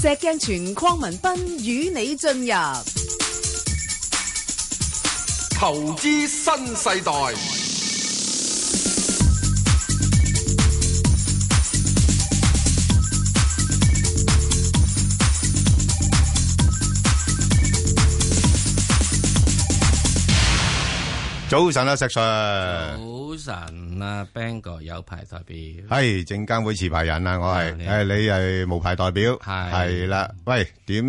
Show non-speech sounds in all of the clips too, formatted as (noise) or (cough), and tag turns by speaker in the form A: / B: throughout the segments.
A: 石鏡泉鄺民彬與你進入
B: 投資新世代，
C: 早晨啊，石 Sir，
D: 早晨啊，Bang 哥有牌代表，
C: 係證監會持牌人啊，我係
D: 你好
C: 誒，你係無牌代表，
D: 係
C: 係啦，喂，點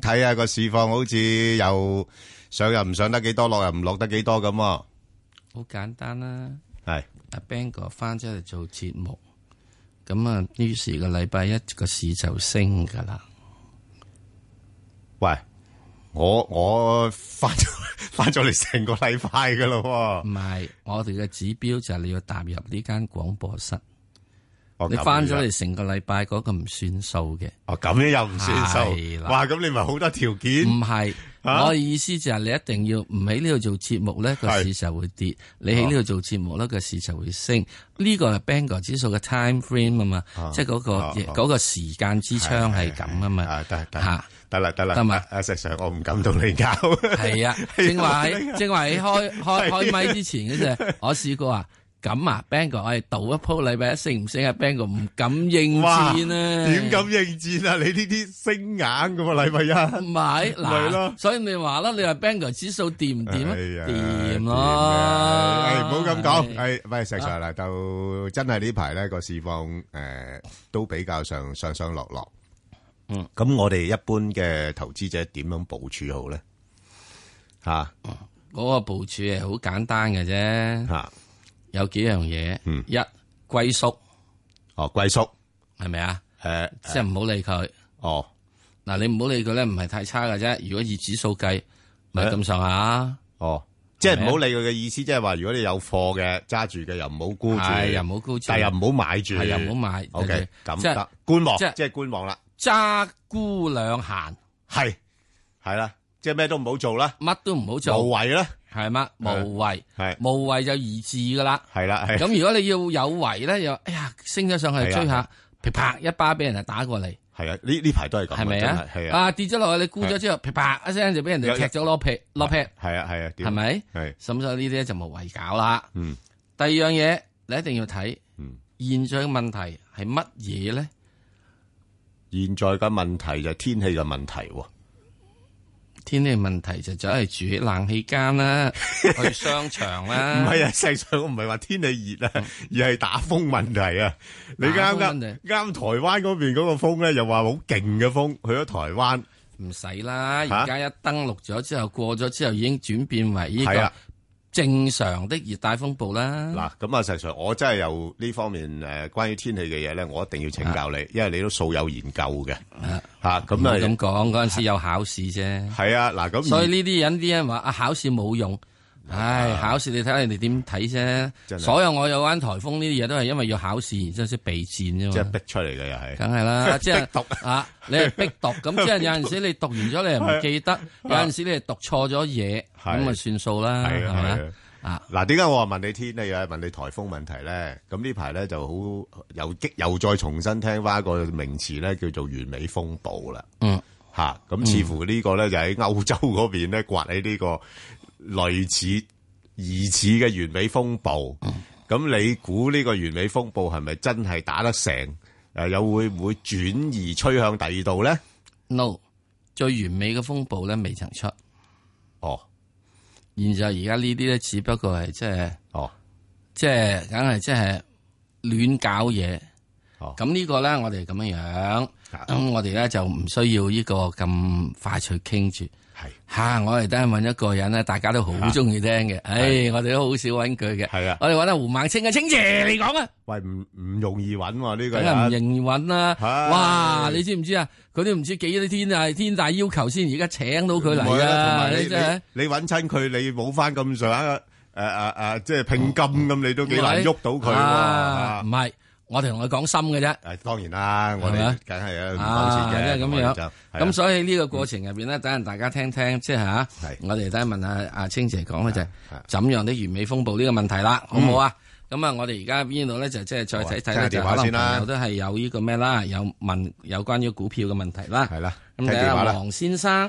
C: 睇啊個市況？好似又上又唔上得幾多，落又唔落得幾多咁喎，
D: 好簡單啦、
C: 係
D: 阿 Bang 哥翻咗嚟做節目，咁啊，於是個禮拜一個市就升噶啦。
C: 喂，我我翻咗 (laughs) 翻咗嚟成個禮拜噶咯
D: 唔係，我哋嘅指標就係你要踏入呢間廣播室。
C: 喎，
D: 你翻咗
C: 嚟，
D: 嚟成個禮拜嗰個唔算數嘅，
C: 哦咁樣又唔算
D: 係
C: 數，
D: 啦
C: 哇，咁你咪好多條件，
D: 唔係。
C: 啊
D: 我嘅意思就係你一定要唔喺呢度做節目咧，個
C: 係
D: 市就會跌；你喺呢度做節目咧，個市就會升。呢個係 Bangor 指數嘅 time frame 啊嘛
C: 啊，
D: 即係嗰個
C: 啊啊
D: 嗰個時間之窗係咁啊嘛。
C: 啊得得
D: 嚇
C: 得啦得啦，
D: 得嘛
C: 啊阿石 Sir，我唔敢同你搞，(laughs)
D: 系啊，正話喺正話喺開
C: 啊
D: 開開咪之前嗰陣，我試過啊，咁啊，Bang 哥，我哋賭一鋪禮拜一升唔升啊？Bang 哥唔敢應
C: 哇
D: 戰啊，
C: 點敢應戰啊？你呢啲升硬噶喎，禮拜一
D: 唔。係
C: 咪咯
D: 嗱，所以你話啦，你話 Bang 哥指數掂唔掂啊？
C: 哎呀，
D: 掂
C: 掂
D: 咯，
C: 啊，哎，唔好咁講，
D: 係
C: 哎，喂，石Sir，嗱，就真係呢排呢個市況，誒，都比較上-上上落落。
D: 嗯。
C: 咁我哋一般嘅投資者點樣部署好呢？嚇，嚇，
D: 嗰個部署係好簡單嘅啫，有幾樣嘢
C: 嗯，
D: 一歸宿係咪啊？
C: 哦哦，歸宿，誒，誒，哦
D: 即係唔好理佢。嗱，你唔好理佢咧，唔係太差嘅啫。如果以指數計，咪咁上下。
C: 哦，哦，即係唔好理佢嘅意思，即係話如果你有貨嘅，揸住嘅又唔好沽住，
D: 係又唔好高潮，
C: 但又唔好買住。
D: 係又唔好買。
C: OK，
D: 就係
C: 咁
D: 即係
C: 得，觀望，
D: 即係-
C: 即係觀望啦，係，係啦，即係咩都唔好做啦。
D: 揸姑兩閒，乜都唔好做，
C: 無謂啦。
D: 係嘛？無
C: 係
D: 謂，
C: 係
D: 無謂就易治噶啦。
C: 係啦，係
D: 咁如果你要有為咧，又哎呀升咗上去
C: 係啊
D: 追下，噼啪一巴俾人哋打過嚟，
C: 係啊，呢呢排都係咁啊，
D: 係咪啊
C: 真係？係啊，
D: 啊跌咗落去，你沽咗之後，噼啪一聲就俾人
C: 有
D: 哋踢咗落皮落皮，
C: 係啊，係啊，點
D: 係？咪？
C: 係
D: 咁所以呢啲咧就無謂搞啦。
C: 嗯
D: 第二樣嘢你一定要睇
C: 嗯，
D: 現象嘅問題係乜嘢咧？
C: 現在嘅問題就係天氣嘅問題喎，
D: 天氣問題就走係住喺冷氣間啦，
C: (laughs)
D: 去商場
C: 唔
D: 啦。
C: 係啊，實際上我唔係話天氣熱啊，而係打風問題啊。你啱
D: 打風問
C: 啱
D: 題
C: 啱台灣嗰邊嗰個風咧，又話好勁嘅風，去咗台灣，
D: 唔使啦，
C: 嚇
D: 而家一登陸咗之後，過咗之後已經轉變為呢
C: 係啊
D: 個正常的熱帶風暴啦。
C: 嗱，咁啊，石 Sir，我真係有呢方面誒關於天氣嘅嘢咧，我一定要請教你，因為你都素有研究嘅嚇，
D: 啊唔
C: 咁
D: 好咁講嗰陣時有考試啫
C: 啊，，係啊，嗱，咁啊
D: 所以呢啲人啲人話啊考試冇用，唉考試你睇下你點睇
C: 真
D: 啫。
C: 係
D: 所有我有關颱風呢啲嘢都係因為要考試，然之後先備戰
C: 即
D: 啫
C: 係
D: 嘛。
C: 逼出嚟嘅又係，
D: 梗
C: (laughs)
D: 係啦，即係
C: 逼讀
D: 啊！
C: (laughs)
D: 你係逼讀咁，即係有陣時你讀完咗你又唔記得，有陣時你係讀錯咗嘢，
C: 啊係
D: 咁咪算數啦，
C: 係
D: 係
C: 啊，係
D: 咪
C: 啊。
D: 啊？
C: 嗱，點解我話問你天氣啊？問你颱風問題咧？咁呢排咧就好又激又再重新聽翻一個名詞咧，叫做完美風暴啦。
D: 嗯，
C: 吓、咁似乎呢個咧就喺歐洲嗰邊咧刮起呢個類似疑似嘅完美風暴。
D: 嗯
C: 咁、你估呢個完美風暴係咪真係打得成？誒，又會唔會轉移趨向第二度咧？
D: no，最完美嘅風暴咧未曾出，
C: 哦，
D: 現在而家呢啲咧只不過係即係
C: 哦，
D: 即係梗係即係亂搞嘢。
C: 哦
D: 咁呢個咧，我哋咁樣樣，咁我哋咧就唔需要呢個咁快脆傾住。
C: 係
D: 吓、我哋等下揾一個人咧，大家都好中意聽嘅。唉、我哋都好少揾佢嘅。
C: 係啊
D: 我哋揾阿胡孟清嘅清姐你講啊，
C: 喂，唔唔容易揾喎呢個
D: 梗係唔
C: 人。
D: 認揾啦。
C: 係
D: 哇，你知唔知啊？佢都唔知幾多天啊，天大要求先而家請到佢
C: 唔會
D: 嚟
C: 啦同
D: 啊！
C: 埋你
D: 你真係
C: 你你揾親佢，你冇翻咁上下誒誒誒，即係聘金咁，你都幾難喐到佢喎。
D: À. 啊
C: 啊
D: 唔係，我哋同佢講心嘅啫。
C: 誒當然啦，我哋梗係啊唔講
D: 啊，
C: 錢嘅，
D: 即係
C: 我
D: 咁
C: 哋
D: 樣
C: 就係啊。嗯
D: 咁所以呢個過程入邊咧，等陣大家聽聽，即係吓
C: 係，
D: 啊我哋等陣問下阿清姐講嘅就係
C: 係嗯
D: 怎樣的完美風暴呢個問題啦，好唔好啊？咁啊，我哋而家邊度咧就即係再睇睇
C: 好啊聽
D: 咧，就
C: 下電
D: 可
C: 話
D: 能
C: 先啦
D: 朋友都係有呢個咩啦，有問有關於股票嘅問題啦。
C: 係啦
D: 咁
C: 聽
D: 第一
C: 電話啦
D: 黃先生，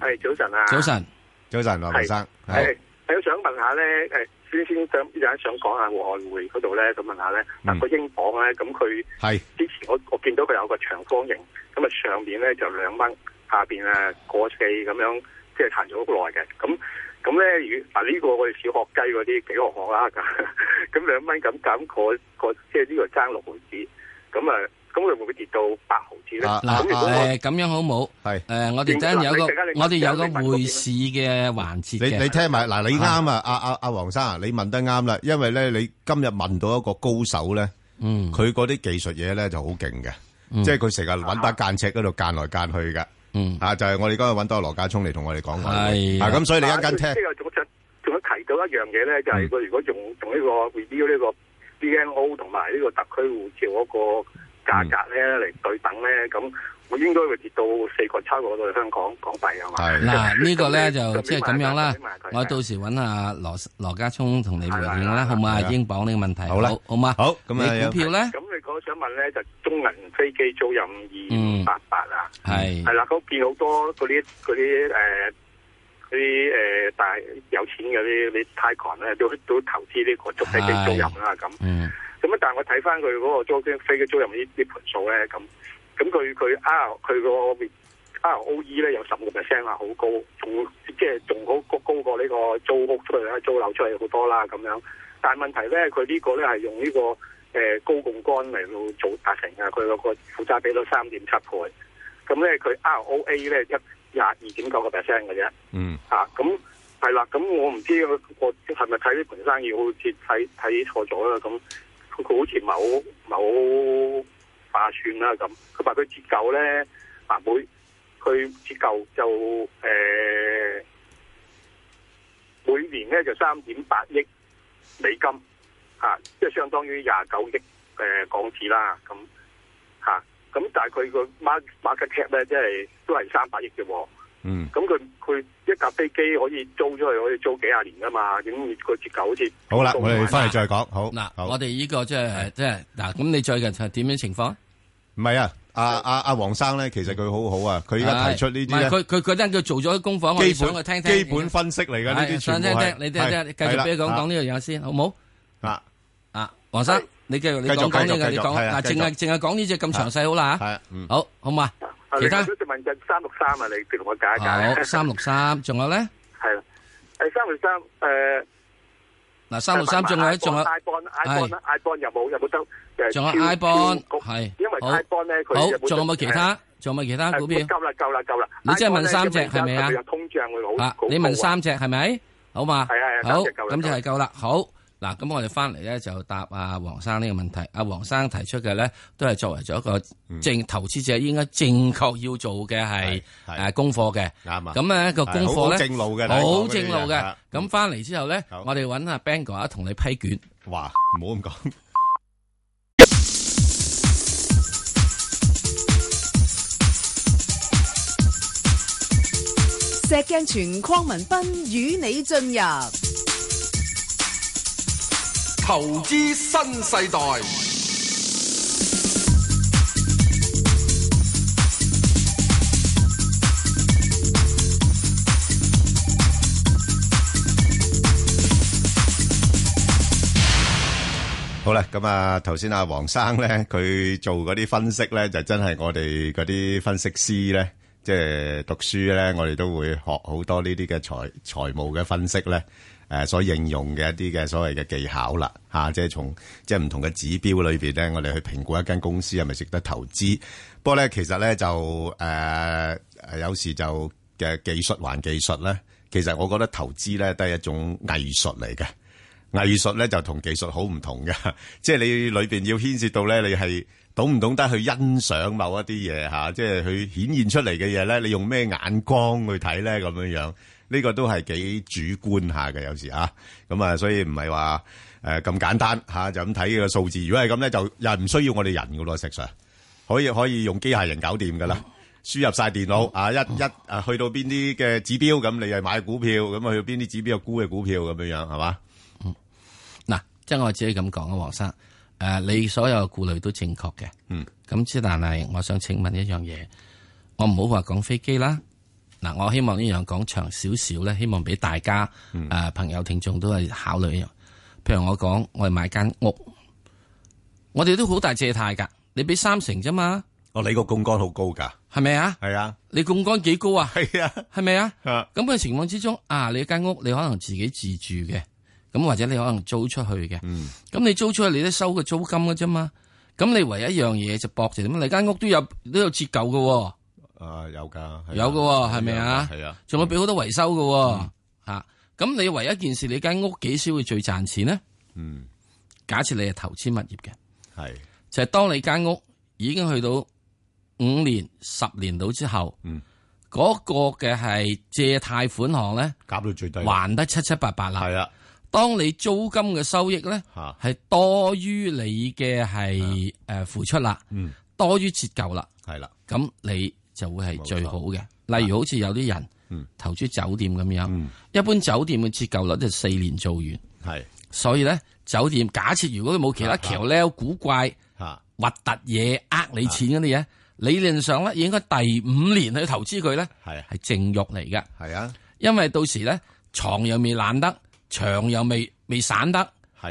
E: 系早晨啊，
D: 早晨，
C: 早晨，羅文生，係
E: 系系我想問下咧，诶，先先想有一想講下外匯嗰度咧，想問下咧，
C: 嗯
E: 嗱個英鎊咧，咁佢
C: 係
E: 之前我我見到佢有個長方形，咁啊上面咧就兩蚊，下邊啊過四咁樣，即係彈咗好耐嘅。咁咁咧，如嗱呢個我哋小學雞嗰啲幾何學啦，咁 (laughs) 咁兩蚊咁減個個即係呢個爭六毫子，咁啊咁佢會唔會跌到八毫子咧？
C: 啊
E: 咁
D: 嗱
E: 如果我
C: à,
D: 誒咁樣好冇？
C: 係
D: 誒，我哋等陣有個
E: 你等陣你
D: 我哋有個匯市嘅環節
C: 你
D: 嘅。
C: 你聽埋嗱，你啱啊，阿阿阿黃生啊，你問得啱啦，因為咧你今日問到一個高手咧，
D: 嗯
C: 佢嗰啲技術嘢咧就好勁嘅，即係佢成日揾把間尺嗰度間來間去嘅，
D: 嗯，
C: 啊就係我哋今日揾到阿羅家聰嚟同我哋講外匯
D: 係
C: 啊咁所以你一
E: 嗱
C: 間聽嗯
E: 呢個仲想仲想提到一樣嘢咧，就係佢如果用用呢個 review 呢個 BNO 同埋呢個特區護照嗰個價格咧
C: 嗯
E: 嚟對等咧，咁我應該會跌到四個七嗰度香港港幣啊嘛。
C: (laughs) 係
D: 嗱呢個咧就
E: 咁
D: 即係咁樣啦
E: 咁埋佢。
D: 我到時揾阿羅羅家聰同你回應啦，
E: 係係係
D: 好嘛？
C: 係啊
D: 英鎊呢個問題，
C: 好啦
D: 好嘛？
C: 好咁啊
D: 你股票咧
E: 咁你講想問咧，就中銀飛機租賃二五八八啊，
C: 嗯
D: 係
E: 係啦，咁見好多嗰啲嗰啲誒。嗰啲誒大有錢嗰啲啲 t i c o n 咧，都都投資呢個中飛機租賃啦咁。
D: 嗯
E: 咁啊，但係我睇翻佢嗰個租金飛機租賃呢啲盤數咧，咁咁佢佢 R 佢個 ROE E 咧有十五 percent 啊，好高，仲即係仲好高高過呢個租屋出去啦、租樓出去好多啦咁樣。但係問題咧，佢呢個咧係用呢、個誒、呃高槓桿嚟到做達成啊，佢個個負債比率三點七倍，咁咧佢 ROA 咧一廿二點九個 percent 嘅啫。
C: 嗯
E: 啊，咁係啦，咁我唔知我我係咪睇呢盤生意好似睇睇錯咗啦，咁佢好似唔係好唔係好化算啦咁，佢話佢折舊咧，嗱每佢折舊就誒、呃每年咧就三點八億美金，啊，即係相當於廿九億誒、呃港紙啦，咁嚇，啊咁、但係佢個 mark- market cap 咧，即係都係三百億嘅喎。
C: 嗯，
E: 咁佢佢一架飛機可以租出去，可以租幾廿年噶嘛？咁佢折舊好似
C: 好啦，
E: 高
C: 我哋
E: 埋
C: 翻嚟再講，好
D: 嗱，
C: 好
D: 我哋呢個即係即係嗱，咁你最近係點樣情況？
C: 唔係啊，阿阿阿黃生咧，其實佢好好啊，佢而家提出呢啲
D: 唔係
C: 咧。
D: 佢佢嗰陣佢做咗功課，我哋
C: 基
D: 想
C: 本
D: 佢聽聽
C: 基本分析嚟嘅呢啲
D: 係
C: 全
D: 想
C: 部
D: 聽
C: 係
D: 聽，你聽聽，繼續俾佢講講呢樣嘢先，好冇？
C: 啊，
D: 啊，黃生，你繼續你
C: 繼續
D: 講講
C: 繼續
D: 呢個，你
C: 繼續
D: 講
C: 係啊
D: 嗱，
C: 繼
D: 淨
C: 續
D: 係淨係講呢只咁詳細好啦
C: 係
D: 嚇
C: 啊，嗯，
D: 好好嘛？
E: 啊
D: 其他
E: 另外都想問緊三六三啊，你同我解一解
D: 好三六三，仲有咧
E: (laughs) 係啦，誒三六三誒，
D: 嗱，三六三仲有仲有
E: i b o n i b o n i b o n 有冇有冇得誒？
D: 仲有
E: 超
D: i b o
E: 超
D: n
E: 高
D: 係
E: 因為
D: 好
E: i b o n 咧佢
D: 好
E: 有，冇
D: 仲有冇
E: 得
D: 其他？仲有冇其他
E: 誒
D: 股票
E: 誒？夠啦夠啦夠啦！
D: 你即係
E: iPhone
D: 問
E: 呢
D: 三隻
E: 因為
D: 係咪啊
E: 佢有通脹會好
D: 啊
E: 好，
D: 你問
E: 高啊
D: 三隻係咪？好嘛？
E: 係啊係啊
D: 好，
E: 三隻夠啦
D: 咁就係夠啦。好嗱，咁我哋翻嚟咧就答阿黃生呢個問題。阿啊黃生提出嘅咧，都係作為咗一
C: 嗯
D: 個正投資者應該正確要做嘅
C: 係
D: 係
C: 係
D: 誒功課嘅。
C: 啱啊。
D: 咁咧個
C: 係
D: 功
C: 好
D: 課咧
C: 正路嘅你講
D: 好
C: 嗰啲
D: 正路
C: 嘢
D: 嘅
C: 啊。
D: 咁翻嚟之後咧
C: 好，
D: 我哋揾阿 Bang 哥啊同你批卷。
C: 哇，唔好咁講。
A: 石鏡泉匡文斌與你進入
B: 投資新世代，
C: 啊好啦，咁啊，頭先啊，黃生呢，佢做嗰啲分析呢，就真係我哋嗰啲分析師呢，即係讀書呢，我哋都會學好多呢啲嘅財-財務嘅分析呢，誒，所應用嘅一啲嘅所謂嘅技巧啦，吓，即係從-即係唔同嘅指標裏邊呢，我哋去評估一間公司係咪值得投資。不過呢，其實呢，就，誒，有時就，嘅技術還技術呢，其實我覺得投資呢，都係一種藝術嚟嘅。藝術咧就同技術好唔同嘅， (laughs) 即係你裏邊要牽涉到咧，你係懂唔懂得去欣賞某一啲嘢吓，即係佢顯現出嚟嘅嘢咧，你用咩眼光去睇咧咁樣樣，呢、個都係幾主觀下嘅有時啊，咁啊，所以唔係話誒咁簡單吓、就咁睇個數字。如果係咁咧，就又唔需要我哋人噶咯，石 Sir。可以可以用機械人搞掂噶啦，輸入晒電腦啊，一一啊去到邊啲嘅指標咁，你又買股票，咁啊去到邊啲指標又沽嘅股票咁樣樣係嘛？
D: 嗱，即係我只係咁講啊，黃生。誒、你所有嘅顧慮都正確嘅。
C: 嗯。
D: 咁之但係，我想請問一樣嘢，我唔好話講飛機啦。嗱，我希望呢樣講長少少咧，希望俾大家誒、朋友聽眾都係考慮一樣。譬如我講，我係買間屋，我哋都好大借貸㗎，你俾三成啫嘛，係咪啊？你槓桿幾高啊？係咪啊？
C: 啊
D: 咁嘅情況之中，啊，你間屋你可能自己自住嘅，咁或者你可能租出去嘅，咁、你租出去你都收個租金嘅啫嘛。咁你唯一一樣嘢就搏就點啊？你間屋都有都有折舊嘅喎，啊有㗎喎，係咪啊？仲要俾好多維修嘅喎，嚇咁你唯一一件事，你間屋幾少會最賺錢呢？假設你係投資物業嘅，嗯就係、當你間屋已經去到五年、十年到之後，嗰、
C: 嗯
D: 個嘅係借貸款項咧。還得七七八八啦。當你租金嘅收益咧，
C: 嚇
D: 係多於你嘅係诶付出啦，
C: 嗯
D: 多於折舊啦，咁你就會係最好嘅。例如好似有啲
C: 嗯
D: 人投資酒店咁樣，一般酒店嘅折舊率就四年做完，所以咧酒店假設如果佢冇其他橋咧古怪核突嘢呃你錢嗰啲嘢，理論上咧應該第五年去投資佢咧係啊正慾嚟嘅。因為到時咧床又未爛得，牆又未未散得吓，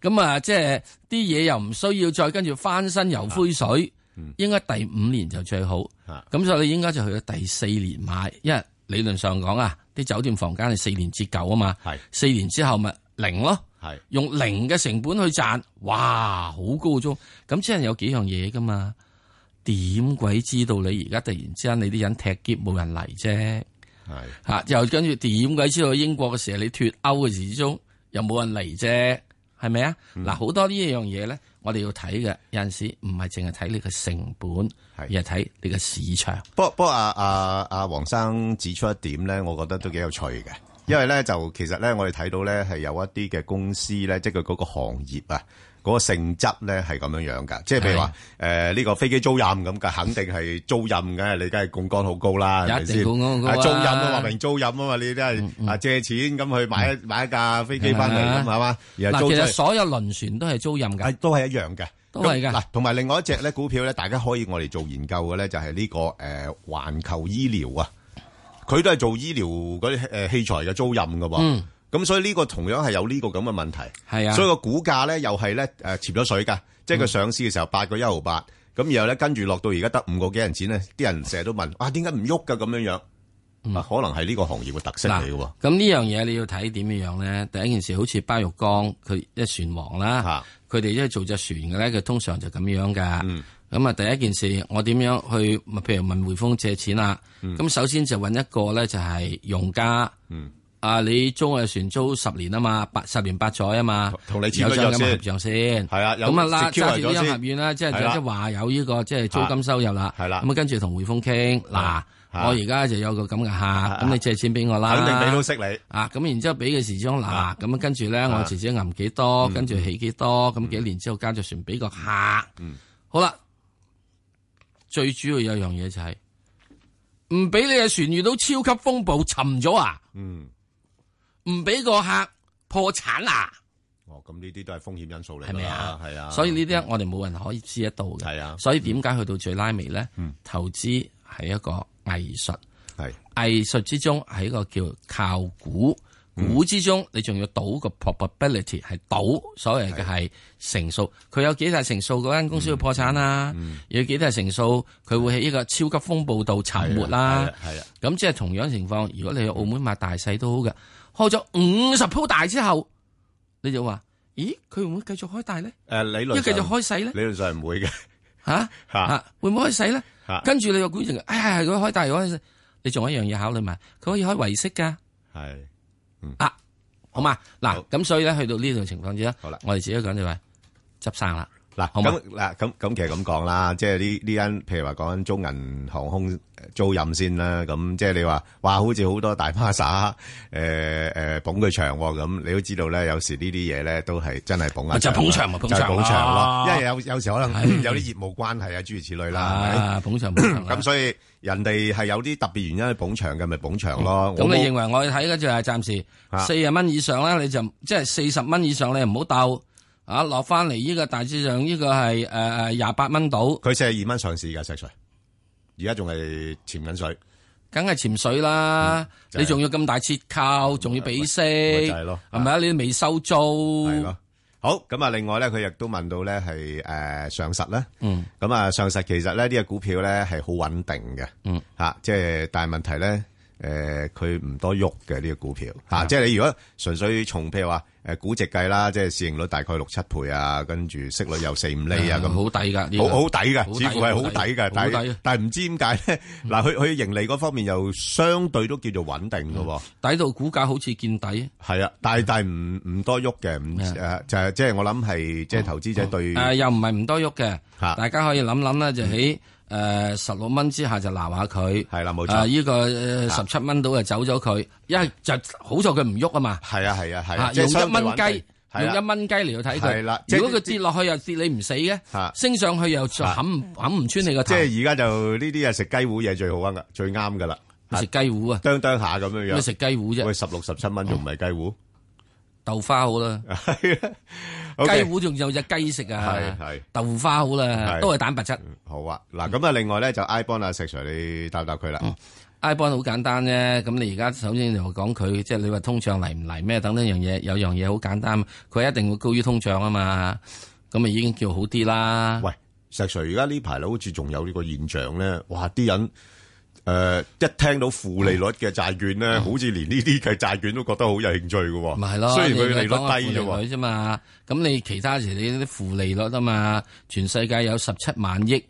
D: 咁啊即係啲嘢又唔需要再跟住翻身油灰水，應該第五年就最好。咁所以你應該就去到第四年買，因為理論上講啊，啲酒店房間係四年折舊啊嘛，四年之後咪零咯。用零嘅成本去賺，哇，好高中。咁即係有幾樣嘢噶嘛？點鬼知道你而家突然之間你啲人踢劫冇人嚟啫？吓、又跟住點鬼知道英國嘅時候你脱歐嘅時鐘又冇人嚟啫，係咪啊？嗱、好多呢一樣嘢咧，我哋要睇嘅，有陣時唔係淨係睇你嘅成本，而係睇你嘅市場。
C: 不不過阿阿阿黃生指出一點咧，我覺得都幾有趣嘅，因為咧就其實咧我哋睇到咧係有一啲嘅公司咧，即係佢嗰個行業啊，嗰、個性質咧係咁樣樣㗎，即係譬如話誒呢個飛機租賃咁嘅，肯定係租賃嘅，你梗係槓桿好高啦，係咪先
D: 一定槓桿好高啊
C: 啊租賃啊，話明租賃啊嘛，你都係啊借錢咁去買一買一架飛機翻嚟咁
D: 係啊
C: 係嘛，然後
D: 嗱，
C: 租
D: 其
C: 出
D: 實
C: 去。
D: 所有輪船都係租賃㗎，
C: 係啊都係一樣嘅，
D: 都係㗎
C: 咁嗱，同埋另外一隻咧股票咧，大家可以我哋做研究嘅咧，就係呢個誒環球醫療啊，佢都係做醫療嗰啲誒器材嘅租賃嘅喎
D: 嗯。
C: 咁所以呢個同樣係有呢個咁嘅問題，
D: 係
C: 所以
D: 啊，嗯
C: 個股價咧又係咧誒潛咗水㗎，即係佢上市嘅時候八個一毫八，咁然後咧跟住落到而家得五個幾人錢咧，啲人成日都問啊點解唔喐㗎咁樣樣？
D: 嗯
C: 啊，可能係呢個行業嘅特色嚟嘅喎
D: 咁呢樣嘢你要睇點樣咧？第一件事好似包玉剛佢一船王啦。
C: 嚇，
D: 佢哋即係做隻船嘅咧，佢通常就咁樣噶。
C: 嗯
D: 咁啊、第一件事我點樣去，譬如問匯豐借錢啦。咁、首先就揾一個咧，就係用家。
C: 嗯
D: 啊，你租嘅船租十年啊嘛，八十年八載啊嘛，
C: 同你簽
D: 有
C: 咗約
D: 張咁
C: 先
D: 嘅合約先。
C: 係啊有
D: 咁啊啦，
C: secure
D: 揸住
C: 咗
D: 呢張
C: 先
D: 合約啦，即係
C: 係啦啊
D: 即係話有呢個即係租金收入啦。
C: 係啦
D: 咁啊跟住同匯豐傾嗱，
C: 係
D: 我而家就有個咁嘅客，咁你借錢俾我啦。
C: 啊肯定俾到息你。
D: 啊，咁然之後俾嘅時鐘
C: 啊嗯
D: 嗱，咁跟住咧，我自己揞幾多，跟住起幾多，咁幾年之後加咗船俾個客。
C: 嗯
D: 好啦，最主要有樣嘢就係唔俾你嘅船遇到超級風暴沉咗啊，
C: 嗯，
D: 唔俾個客破產啊，
C: 哦，咁呢啲都係風險因素嚟㗎
D: 係咪
C: 啦
D: 啊？
C: 係啊，
D: 所以呢啲咧我哋冇人可以知得到嘅。
C: 係啊嗯
D: 所以點解去到最拉尾咧？投資係一個藝術。
C: 係。
D: 藝術之中係一個叫靠估，
C: 嗯
D: 估之中你仲要賭個 probability 係賭所謂嘅係成數，佢有幾大成數嗰間公司會破產
C: 嗯
D: 啊？有幾大成數佢會喺一個超級風暴度沉沒啦？
C: 係啊，
D: 咁即係同樣情況，如果你去澳門買大細都好嘅，開咗五十鋪大之後，你就話：咦，佢會唔會繼續開大咧？
C: 誒理
D: 一
C: 論
D: 繼續
C: 上
D: 開細咧？
C: 理論上唔會嘅，
D: 嚇
C: 嚇
D: 嚇會唔會開細咧
C: 嚇？
D: 跟住你又估成，哎呀，佢開大，如果開細，你仲有一樣嘢考慮埋，佢可以開維息㗎。
C: 係
D: 好嘛？
C: 好
D: 嗱，咁所以咧，去到呢種情況之下，
C: 好啦
D: 我哋自己講就話執生啦，
C: 嗱，
D: 好嘛
C: 咁嗱，咁咁其實咁講啦，即係呢呢間，譬如話講緊中銀航空租賃先啦，咁即係你話，哇，好似好多大孖沙，誒誒捧佢場喎，咁你都知道咧，有時呢啲嘢咧都係真係捧啊，
D: 咪就係捧場咪捧場
C: 就係捧場咯
D: 啦，
C: 因為有有時可
D: 唉
C: 能有啲業務關係啊，諸如此類啦，
D: 啊，捧場捧
C: 係
D: 場
C: 咪
D: 啦
C: 咁所以人哋係有啲特別原因去捧場嘅，咪捧場咯。
D: 咁
C: 我
D: 你
C: 冇
D: 認為我睇嗰就係暫時
C: 啊
D: 四十蚊以上咧，你就即係四十蚊以上，你唔好鬥啊！落翻嚟呢個大致上呢個係诶诶廿八蚊到，
C: 佢四十二蚊上市嘅石 Sir，而家仲係潛緊水。
D: 梗係潛水啦！
C: 嗯就係
D: 你仲要咁大折扣，仲要俾息，
C: 咪就係咯
D: 係咪啊？你都未收租，
C: 系咯。好，咁啊，另外咧，佢亦都問到咧係诶上實啦。
D: 嗯，
C: 咁啊上實其實咧呢只股票咧係好穩定嘅。
D: 嗯，
C: 吓，即係但係問題咧，诶佢唔多喐嘅呢個股票吓，即係你如果純粹從譬如話诶估值計啦，即係市盈率大概六七倍啊，跟住息率有四五厘啊咁。
D: 嗯好抵㗎，呢個
C: 好好抵嘅，
D: 好
C: 似
D: 抵
C: 乎係好抵嘅，
D: 好
C: 但
D: 抵
C: 係
D: 啊
C: 但係唔知點解咧？嗱，佢佢盈利嗰方面又相對都叫做穩定嘅喎。
D: 抵到股價好似見底。
C: 係啊，但係但係唔唔多喐嘅，唔
D: 係
C: 诶就係即係我諗係即係投資者對
D: 誒又唔係唔多喐嘅，
C: 嚇
D: 大家可以諗諗啦，就喺誒十六蚊之下就鬧下佢，
C: 嗯係啦冇錯啊
D: 誒依個誒十七蚊到就走咗佢，因為就好在佢唔喐啊嘛，
C: 係啊係啊係啊，
D: 嚇
C: 即係
D: 用
C: 相
D: 一
C: 對
D: 蚊
C: 穩
D: 雞
C: 定，係
D: 用
C: 啦
D: 一蚊雞嚟到睇
C: 係啦即
D: 佢。
C: 係
D: 如果佢跌落去又跌你唔死嘅
C: 嚇，
D: 升上去又就冚冚唔穿你個頭
C: 即，係而家就呢啲啊食雞糊嘢最好啱噶，最啱噶啦，
D: 你食雞糊啊，
C: 啄啄下咁樣
D: 咩
C: 樣。
D: 食雞糊
C: 喂，
D: 啫，
C: 十六十七蚊仲唔
D: (laughs)
C: 係雞糊？
D: 豆花好啦，
C: 係啊
D: 雞
C: ，OK，
D: 糊仲有隻雞食
C: 係
D: 啊
C: 係，
D: 豆花好啦，
C: 係
D: 都係蛋白質。
C: 好啊。嗱，咁啊，另外咧就 iBond 啊，石 Sir 你答答佢啦。
D: iBond 好簡單啫，咁你而家首先就講佢，即係你話通脹嚟唔嚟咩？等等樣嘢，有樣嘢好簡單，佢一定會高於通脹啊嘛，咁啊咪已經叫好啲啦。
C: 喂，石 Sir，而家呢排咧好似仲有呢個現象咧，哇！啲人诶、呃一聽到負利率嘅債券咧，好似連呢啲嘅債券都覺得好有興趣嘅喎。
D: 嗯咪係咯，
C: 雖然佢
D: 你
C: 利
D: 咪講
C: 率低啫
D: 個負利
C: 喎，
D: 率啫嘛。咁你其他時你啲負利率啊嘛，全世界有十七萬億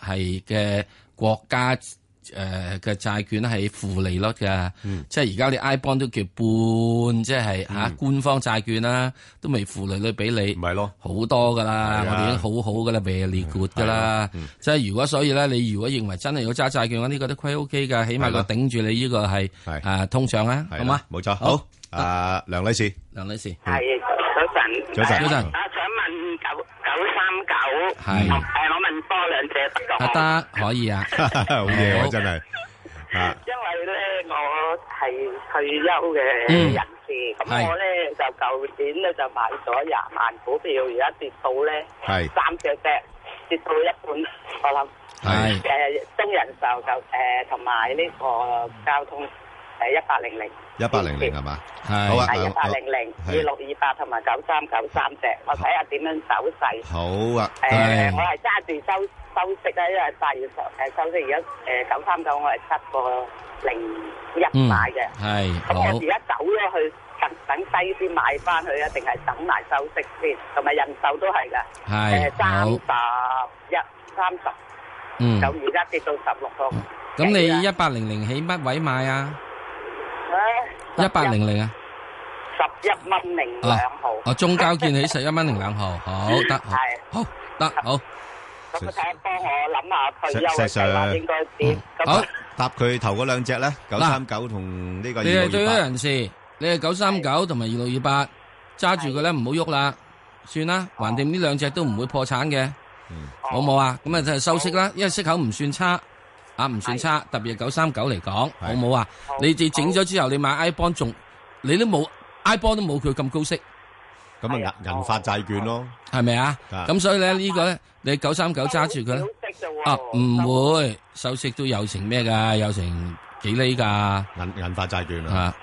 D: 係嘅國家誒嘅債券係負利率嘅，
C: 嗯
D: 即係而家你 iBond 都叫半，即係嚇官方債券啦，都未負利率俾你
C: 唔。係咯，
D: 好多噶啦，
C: 係啊啊嗯
D: 我哋已經好好噶啦，very good 噶啦。即係如果所以咧，你如果認為真係要揸債券，我呢個都虧 OK 噶，起碼
C: 係
D: 佢
C: 咯
D: 頂住你呢個係
C: 係
D: 啊通脹啊，
C: 係
D: 好
C: 啦
D: 嘛？
C: 冇錯，好。啊，梁女士， (laughs)
D: 梁女士，
F: 系早晨，
C: 早晨
D: 早晨
F: 我想问九九三九，
D: 係
F: 诶，我问多两只得㗎
D: 阿得可以啊，
C: 好嘢喎，
D: 好
C: 真係啊，
F: 因为咧我系退休嘅
D: 嗯
F: 人士，咁、
D: 係
F: 我咧就旧年咧就买咗廿万股票，而家跌到咧
C: 係
F: 三只只跌到一半，我諗
D: 係
F: 诶、中人壽就诶同埋呢個交通诶一八零零
C: 一八零零係嘛？
D: 係
C: 好啊
F: 係一八零零
C: 係
F: 二六二八同埋九三九三隻，我睇下點樣走勢。
C: 好啊，
F: 誒、
D: 係
F: 我係揸住收收息啦，因為八月十誒收息，而家誒九三九我係七個零一
D: 嗯，
F: 買嘅。
D: 係
F: 咁、
D: 好
F: 我而家走咗去等等低先買翻佢啊，定係等埋收息先？同埋人手都係㗎，
D: 係
F: 誒三
D: 好，
F: 十一、三十
D: 嗯，
F: 九，而家跌到十六個幾啦。啊
D: 咁你一八零零起乜位買啊？
F: Ờ,
D: 一八零零啊，
F: 十一蚊零兩毫，
D: 哦，中交建起十一蚊零兩毫，好得，好
F: 係
D: 好得好，
F: 咁我睇下幫我諗下退休
C: 石
F: 嘅
C: Sir
F: 計劃應該點
D: 嗯？好
F: 咁。
C: 答佢頭嗰兩隻咧，九三九同呢個二
D: 你係
C: 六
D: 對
C: 二
D: 咗
C: 八，
D: 人士，你係九三九同埋二六二八，揸住佢咧唔好喐啦，算啦，
F: 哦
D: 橫掂呢兩隻都唔會破產嘅，
C: 嗯
D: 好冇啊？咁啊就係收息啦，因為息口唔算差，啊唔算差，特別係九三九嚟講，好冇啊？你哋整咗之後，你買 iBond 仲，你都冇 iBond 都冇佢咁高息，
C: 咁啊銀銀發債券咯，
D: 係咪啊？
C: 啊
D: 咁所以咧呢個咧，你九三九揸住佢啦。
F: 好少息啫喎，
D: 啊，唔會，收息都有成咩㗎？有成幾厘㗎？啊
C: 銀銀發債券啊，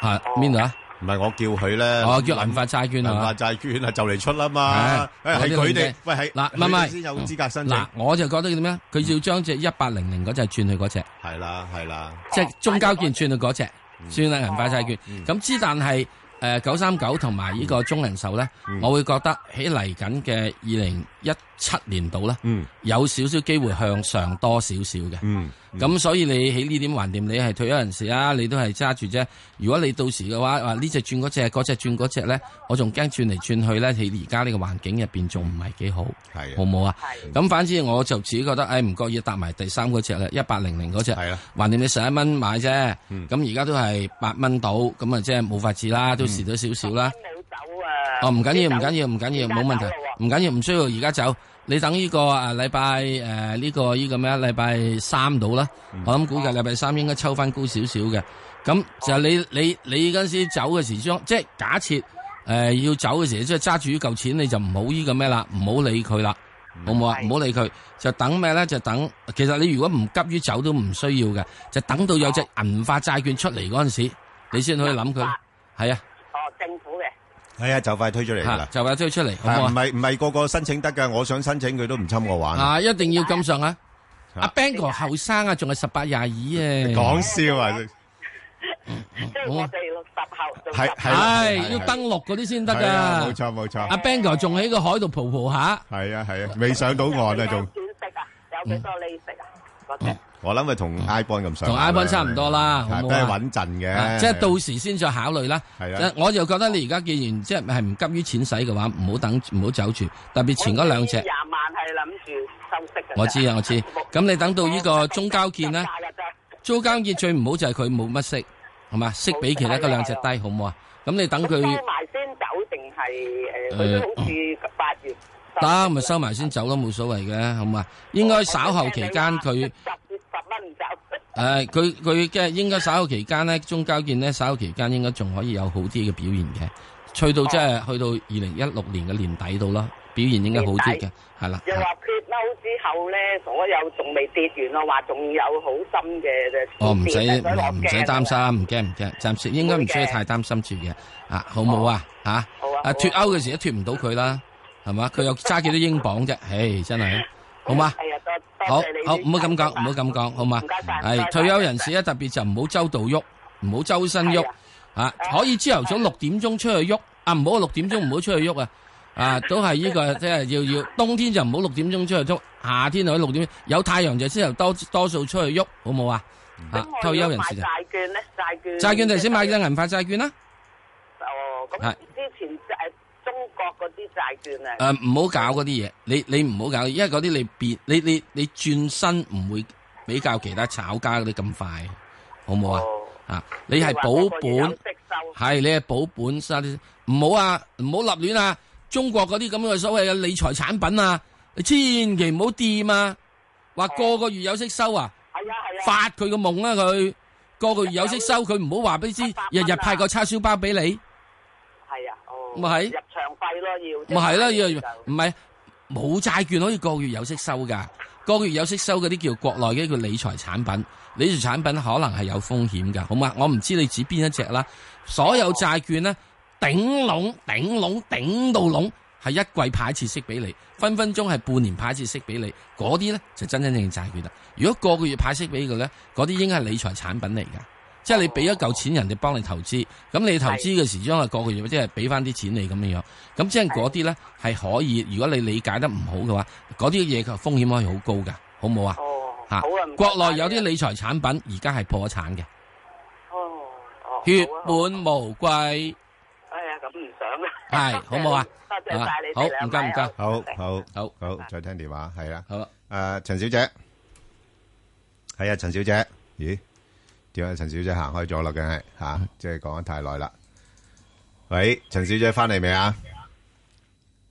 D: 啊邊度啊？
C: 唔係我叫佢咧，
D: 哦，叫銀發債券啊
C: 銀
D: 嘛
C: 發。債券啊，就嚟出啦
D: 係
C: 嘛，誒係佢哋，喂係
D: 嗱，唔
C: 佢哋
D: 係
C: 先有資格申請
D: 嗱，，我就覺得佢點咧？佢要將只一八零零嗰只轉去嗰只，
C: 係啦係啦，嗯哦
D: 即係中交建轉去嗰只，轉啦銀化債券。咁之但係誒九三九同埋呢個中人壽咧，
C: 嗯
D: 我會覺得喺嚟緊嘅二零一七年度咧，
C: 嗯
D: 有少少機會向上多少少嘅。
C: 嗯，
D: 咁所以你喺呢點橫掂，你係退休人士啊，你都係揸住啫。如果你到時嘅話，話呢只轉嗰只，嗰只轉嗰只咧，我仲驚轉嚟轉去咧，喺而家呢個環境入邊仲唔係幾好，
C: 係啊
D: 好唔好啊？
F: 係
D: 咁反之我就自己覺得，誒唔覺意搭埋第三嗰只啦，一八零零嗰只，
C: 係啊
D: 橫掂你十一蚊買啫，咁而家都係八蚊到，咁啊即係冇法子啦，都蝕咗少少啦。
F: 你走啊！
D: 哦，唔緊要，唔緊要，唔緊要，
F: 而家
D: 冇問題
F: 走啦，喎
D: 唔緊要，唔需要而家走。你等呢個啊禮拜誒呢個呢個咩啊？禮拜三到啦，
C: 嗯
D: 我諗估計禮拜三應該抽翻高少少嘅。
C: 哦
D: 咁就你你你嗰陣時走嘅時將，即係假設誒要走嘅時，即係揸住呢嚿錢，你就唔好呢個咩啦，唔好理佢啦，
C: 嗯
D: 好唔好啊？
F: 係
D: 唔好理佢，就等咩咧？就等其實你如果唔急於走都唔需要嘅，就等到有
F: 哦
D: 隻銀發債券出嚟嗰陣時，你先可以諗佢。係啊，
F: 哦，政府嘅。
C: 係啊，就快推出嚟㗎啦。
D: 嚇就話推出嚟，好唔好啊？
C: 啊，唔係-唔係個個申請得㗎，我想申請佢都唔侵我玩啊。
D: 啊，一定要咁上啊！
C: 啊
D: 阿 Bang 哥後生啊，仲係十八廿二啊，
C: 講笑啊，
F: 即係我哋六十後做
C: 係
F: 十
C: 係啦
D: 唉
C: 係係
D: 要登陸嗰啲先得噶。
C: 係啊，冇錯，冇錯。
D: 阿 Bang 哥仲喺個海度蒲蒲下，
C: 係啊，係啊，未上到岸啊，仲。
F: 有幾多錢食啊？有幾多利息啊？嗰隻
C: 我諗佢同 iBond 咁上下啦。
D: 同 iBond 差唔多
C: 係，
D: 啦，好唔好啊？
C: 都係穩陣嘅。
D: 啊即係到時先再考慮啦
C: 係啊。
D: 我就覺得你而家既然即係係唔急於錢使嘅話，唔好等，唔好走住。特別前嗰兩隻
F: 我，啊廿萬係諗住收息嘅。
D: 我知啊，我知。咁你等到呢個中交建咧
F: 啦。，
D: 中交建最唔好就係佢冇乜息，係嘛？息比其他嗰兩隻低，好唔好啊？咁你等
F: 佢
D: 佢。
F: 收埋先走定係誒？佢都好似八月
D: 得咪收埋先。走咯，冇所謂嘅，好嘛？應該稍後期間佢
F: 十十蚊唔走。
D: 誒佢佢嘅應該稍後期間咧，中交建咧稍後期間應該仲可以有好啲嘅表現嘅，去到即係去到二零一六年嘅年底度啦，表現應該好啲
F: 年
D: 嘅
F: 底，
D: 係啦。
F: 又話撇嬲之後咧，所有仲未跌完啊，話仲有好深嘅嘅。
D: 我哦唔使唔使擔。心，唔驚唔驚，暫時應該唔需要太擔心住嘅，啊好冇啊嚇？啊
F: 好啊好啊
D: 脱歐嘅時都脱唔到佢啦，係嘛？ (laughs) 佢又揸幾多英鎊啫？唉，真係好嘛？
F: 係啊，多
D: 好
F: 多謝你。
D: 好，唔好咁講，唔好咁講，好嘛？
F: 唔該晒唔該晒
D: 係退休人士咧，特別就唔好周到喐，唔好周身喐
F: 係啊
D: 啊！可以朝頭早六點鐘出去喐啊！唔好六點鐘唔好出去喐啊！啊，都係呢 (laughs) 個即係要要冬天就唔好六點鐘出去喐，夏天就喺六點有太陽就先由多多數出去喐，好冇啊？啊，退休人士就
F: 債券咧，債券
D: 債券就先買隻銀發債券啦。
F: 哦，咁之前誒中國嗰啲債券啊，
D: 誒，唔好搞嗰啲嘢，你你唔好搞，因為嗰啲你變你你你轉身唔會比較其他炒家嗰啲咁快，好冇啊？
F: 哦
D: 啊，你係保本，
F: 本
D: 係你係保本，沙啲唔好啊，唔好立亂啊！中國嗰啲咁嘅所謂嘅理財產品啊，你千祈唔好掂啊！話個個月有息收啊，
F: 係啊係啊，
D: 發佢個夢啊佢，個個月有息收，佢唔好話俾你知，日日派個叉燒包俾你。
F: 係啊，哦，
D: 咪係
F: 入場費咯要，即
D: 咪係啦，
F: 買
D: 要
F: 完
D: 唔
F: 就
D: 係冇債券可以個月有息收㗎，個月有息收嗰啲叫國內嘅叫理財產品，理財產品可能係有風險㗎，好嘛？我唔知你指邊一隻啦。所有債券呢，頂籠頂籠頂到籠，係一季派一次息俾你，分分鐘係半年派一次息俾你。嗰啲呢，就真真正正債券啦。如果個個月派息俾佢呢，嗰啲應該係理財產品嚟㗎。即係你俾咗嚿錢人哋幫你投資，咁你投資嘅時將係個個月即係俾翻啲錢你咁樣樣，咁即係嗰啲咧係可以，如果你理解得唔好嘅話，嗰啲嘢嘅風險可以好高㗎，好唔好啊？
F: 哦，
D: 嚇
F: 好啊，唔該
D: 國內有
F: 晒
D: 啲理財產品而家係破產嘅，
F: 哦，哦
D: 血
F: 好啊
D: 本無歸，
F: 好啊哎呀，咁唔想啦，
D: 係好唔好啊
F: 多謝晒你哋
D: 好
F: 兩
D: 唔該
F: 位
D: 唔該
F: 啊
C: 好，好，
D: 好。
C: 好，再聽電話，係啦。
D: 好啦。
C: 誒，陳小姐。係啊，陳小姐。咦？點解陳小姐行開咗啦，梗係，吓，即係講得太耐啦。喂，陳小姐返嚟未啊？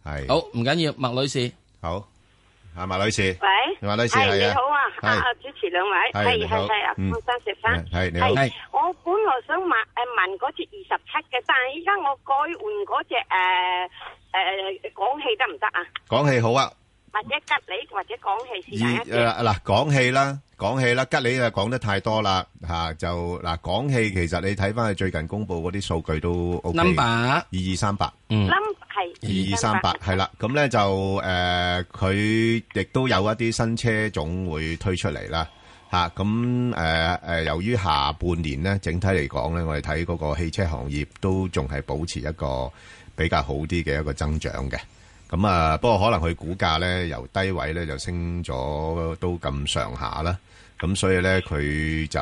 C: 係。
D: 好唔緊要，麥女士，
C: 好，係，麥女士。
G: 喂，
C: 麥女士，
G: 係
C: 係啊。
G: 你好
F: à?
G: 啊，
C: 係。
G: 啊啊主持兩位，
C: 係你
G: 係
C: 好
G: 係係啊，
C: 嗯
G: 潘生石生，
C: 係你好
D: 係
G: 我本來想買誒問嗰隻二十七嘅，但係依家我改換嗰隻
F: à,
G: 誒誒廣汽得唔得啊？
C: 講戲好啊，
G: 或者吉利或者廣汽是但一
C: 二-
G: 隻
C: 誒，嗱，講戲啦，講戲啦，吉利啊，講得太多啦，吓，就，嗱，講戲其實你睇返佢最近公布嗰啲數據都OK嘅。
D: number
C: 2238
D: 嗯
G: number 係
C: 2238，係啦，咁呢就，誒，佢亦都有一啲新車種會推出嚟啦，吓咁诶诶，由於下半年咧，整體嚟講咧，我哋睇嗰個汽車行業都仲係保持一個比較好啲嘅一個增長嘅。咁啊，不過可能佢股價咧由低位咧就升咗都咁上下啦。咁所以咧，佢就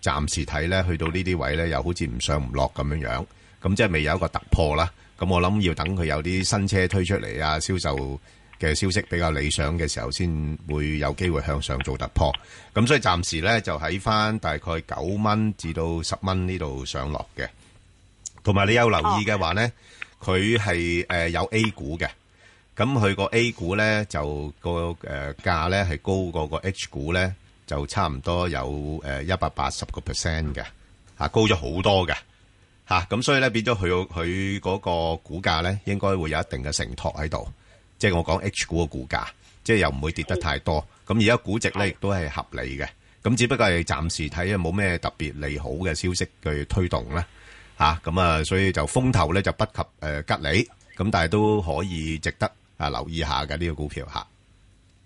C: 暫時睇咧，去到呢啲位咧，又好似唔上唔落咁樣樣。咁即係未有一個突破啦。咁我諗要等佢有啲新車推出嚟啊，銷售嘅消息比較理想嘅時候，先會有機會向上做突破。咁所以暫時咧就喺翻大概九蚊至到十蚊呢度上落嘅。同埋你有留意嘅話咧，佢係誒有 A 股嘅。咁佢個 A 股咧就個誒、呃、價咧係高過個 H 股咧，就差唔多有誒一百八十個 percent 嘅，嚇高咗好多嘅，嚇、咁所以咧變咗佢佢嗰個股價咧應該會有一定嘅承托喺度，即係我講 H 股嘅股價，即係又唔會跌得太多。咁而家估值咧亦都係合理嘅，咁只不過係暫時睇啊冇咩特別利好嘅消息去推動啦，嚇咁啊，所以就風頭咧就不及誒、呃吉利，咁但係都可以值得啊留意下嘅呢、個股票嚇，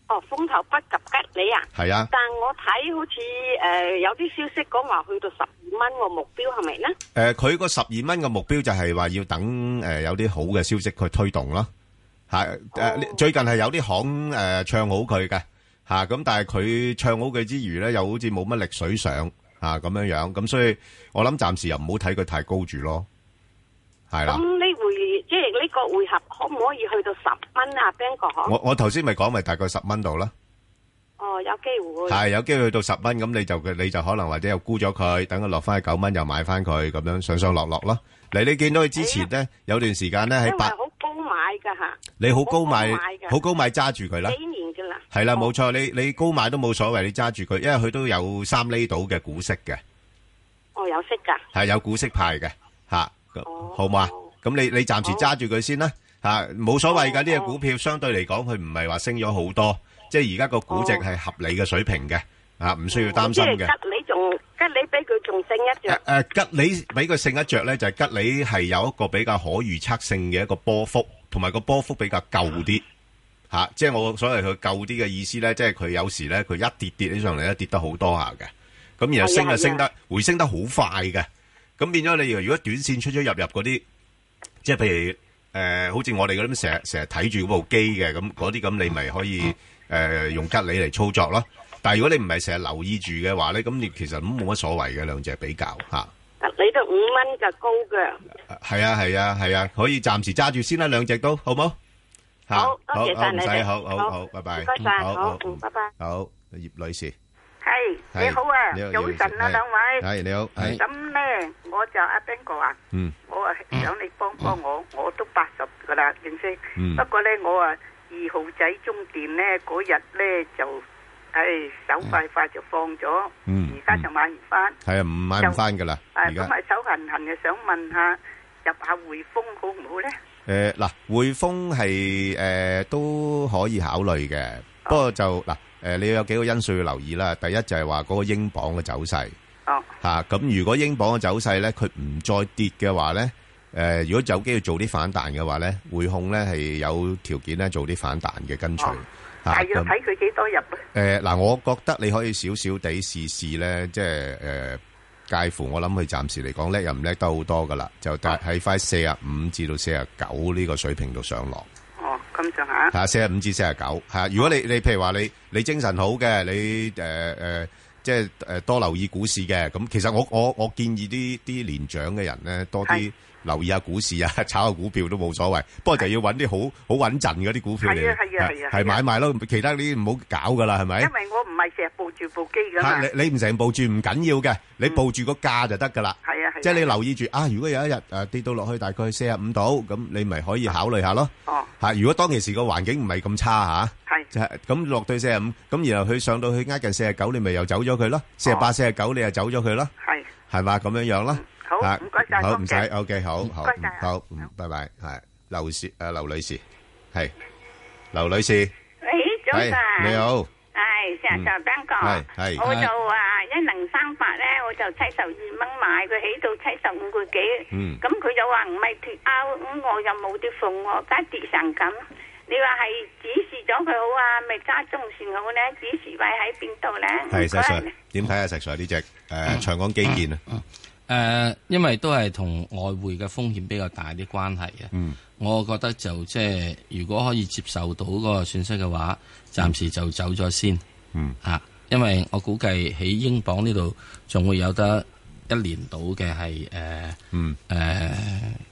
F: Ờ,
G: 哦，風頭不及吉利啊！
C: 係啊。
G: 但我睇好似誒、
F: ờ,
G: 呃有啲消息講話去到十二蚊個目標係咪呢？
C: 诶，佢個十二蚊嘅目標就係話要等诶、呃有啲好嘅消息去推動咯，吓、呃最近係有啲行诶、呃唱好佢嘅吓，咁、但係佢唱好佢之餘咧，又好似冇乜力水上吓咁樣樣，咁所以我諗暫時又唔好睇佢太高住咯，係
G: 咁
C: 啦。
G: 呢回即係呢個回合可唔可以去到十蚊啊？Ben 哥
C: 我我头先咪講咪大概十蚊度啦，
G: 哦，有機會。
C: 係有機會去到十蚊，咁你就你就可能或者又沽咗佢，等佢落翻去九蚊又買翻佢，咁樣上上落落咯。嚟你見到佢之前咧，有段時間咧
G: 因
C: 喺
G: 為
C: 八。
G: 好高買㗎嚇，
C: 你好高買，
G: 㗎
C: 好高買揸住佢啦，
G: 幾年㗎啦。
C: 係啦，冇錯，你你高買都冇所謂，你揸住佢，因為佢都有三厘到嘅股息嘅，
G: 哦，有息㗎。
C: 係有股息派嘅，吓，咁好嘛？咁你你暫時揸住佢先啦，吓，冇所謂㗎。呢只股票相對嚟講，佢唔係話升咗好多，即係而家個估值係合理嘅水平嘅，啊，唔需要擔心
G: 即
C: 嘅。
G: 係吉利仲吉利比佢仲勝一着。
C: 诶、吉利俾佢勝一着咧，就係吉利係有一個比較可預測性嘅一個波幅，同埋個波幅比較夠啲吓、即係我所謂佢夠啲嘅意思咧，即係佢有時咧佢一跌跌起上嚟咧，跌得好多下嘅，咁然後升
B: 係啊係
C: 啊
B: 啊
C: 升得回升得好快嘅，咁變咗你如果短線出出入入嗰啲，即係譬如诶、呃好似我哋咁成日成日睇住嗰部機嘅，咁嗰啲咁你咪可以诶、
B: 嗯
C: 呃用吉利嚟操作咯。但係如果你唔係成日留意住嘅話咧，咁你其實咁冇乜所謂嘅兩隻比較吓。
G: 吉利都五蚊就高嘅。
C: 系啊系啊系啊，可以暫時揸住先啦，兩隻都好冇？嚇
G: 好，多謝晒
C: 唔
G: 你
C: 使，
G: 哋。
C: 好好好，拜拜，
G: 唔該晒，
C: 好
G: 好，嗯拜拜。
C: 好，葉女士，
H: 系
C: 係
H: 你好啊，
C: 你好
H: 早晨啊，
C: 葉女士
H: 兩位。
C: 係你好，係
H: 咁咧，我就阿 Ben 哥啊，
C: 嗯
H: 我啊想你幫幫我，我都八十噶啦，認識。
C: 嗯
H: 不過咧，我啊二號仔中電咧嗰日咧就，唉手快快就放咗，
C: 嗯
H: 而家就買唔翻。
C: 係啊，唔買唔翻噶啦，
H: 啊
C: 而
H: 咁
C: 家
H: 啊手痕痕啊，想問下入下匯豐好唔好咧？
C: 诶嗱，匯豐係诶都可以考慮嘅，不過就嗱诶，誒你有幾個因素要留意啦。第一就係話嗰個英鎊嘅走勢。
H: 哦，
C: 吓咁如果英鎊嘅走勢咧，佢唔再跌嘅話咧，诶、如果有機會做啲反彈嘅話咧，匯控咧係有條件咧做啲反彈嘅跟隨吓
H: 大約睇佢幾多入啊？
C: 誒呃嗱、我覺得你可以少少地試試咧，即係誒介乎我諗佢暫時嚟講叻又唔叻得好多噶啦，就大喺翻四啊五至到四啊九呢個水平度上落，
H: 哦，咁上下。
C: 係啊四啊五至四啊九係如果你你譬如話你你精神好嘅，你誒誒、即係誒多留意股市嘅，咁其實我我我建議啲啲年長嘅人咧多啲留意下股市啊， (laughs) 炒下股票都冇所謂，不過就要揾啲好好穩陣嗰啲股票嚟，
H: 係啊係啊係啊係啊
C: 係買賣咯，其他啲唔好搞噶啦，係咪？
H: 因為我唔係成日抱住部機噶嘛。
C: 哎嚇，你-你唔成日報住唔緊要嘅，你報住個價就得㗎啦。
H: 係啊，係啊。
C: 即係你留意住，啊，如果有一日，誒，跌到落去大概45度，咁你咪可以考慮下咯。
H: 哦。
C: 嚇，如果當其時個環境唔係咁差嚇，就係咁落到45，咁然後佢上到去挨近49，你咪又走咗佢咯。48 49你又走咗佢咯。
H: 係。
C: 係嘛？咁樣樣咯。
H: 好，
C: 嚇，
H: 唔該晒，
C: 好，
H: 多謝。
C: 唔使，OK，好，好，
H: 唔該晒。
C: 好，嗯，拜拜，係。劉士-誒，劉女士，係。劉女士，
I: 喂，早晨，
C: 係，你好。
I: 系成日就 b a
C: 係
I: 哥，
C: 係
I: 我就
F: à,
I: 啊一零三八咧，我就七十二蚊買，佢起到七十五個幾，
C: 嗯
I: 咁佢就話唔係脱鈎，咁我又冇啲縫喎，而家跌成咁，你話係指示咗佢好啊，
F: à,
I: 咪加中線好咧？指示位喺邊度咧？
C: 係，石
I: 唔該
C: Sir，點睇啊，石Sir，呢隻，誒，長江基建啊？
D: 诶、因為都係同外匯嘅風險比較大啲關係嘅。
C: 嗯
D: 我覺得就即係如果可以接受到嗰個損失嘅話，暫時就走咗先
C: 嗯
D: 啊，因為我估計喺英鎊呢度仲會有得一年到嘅係诶
C: 嗯
D: 诶，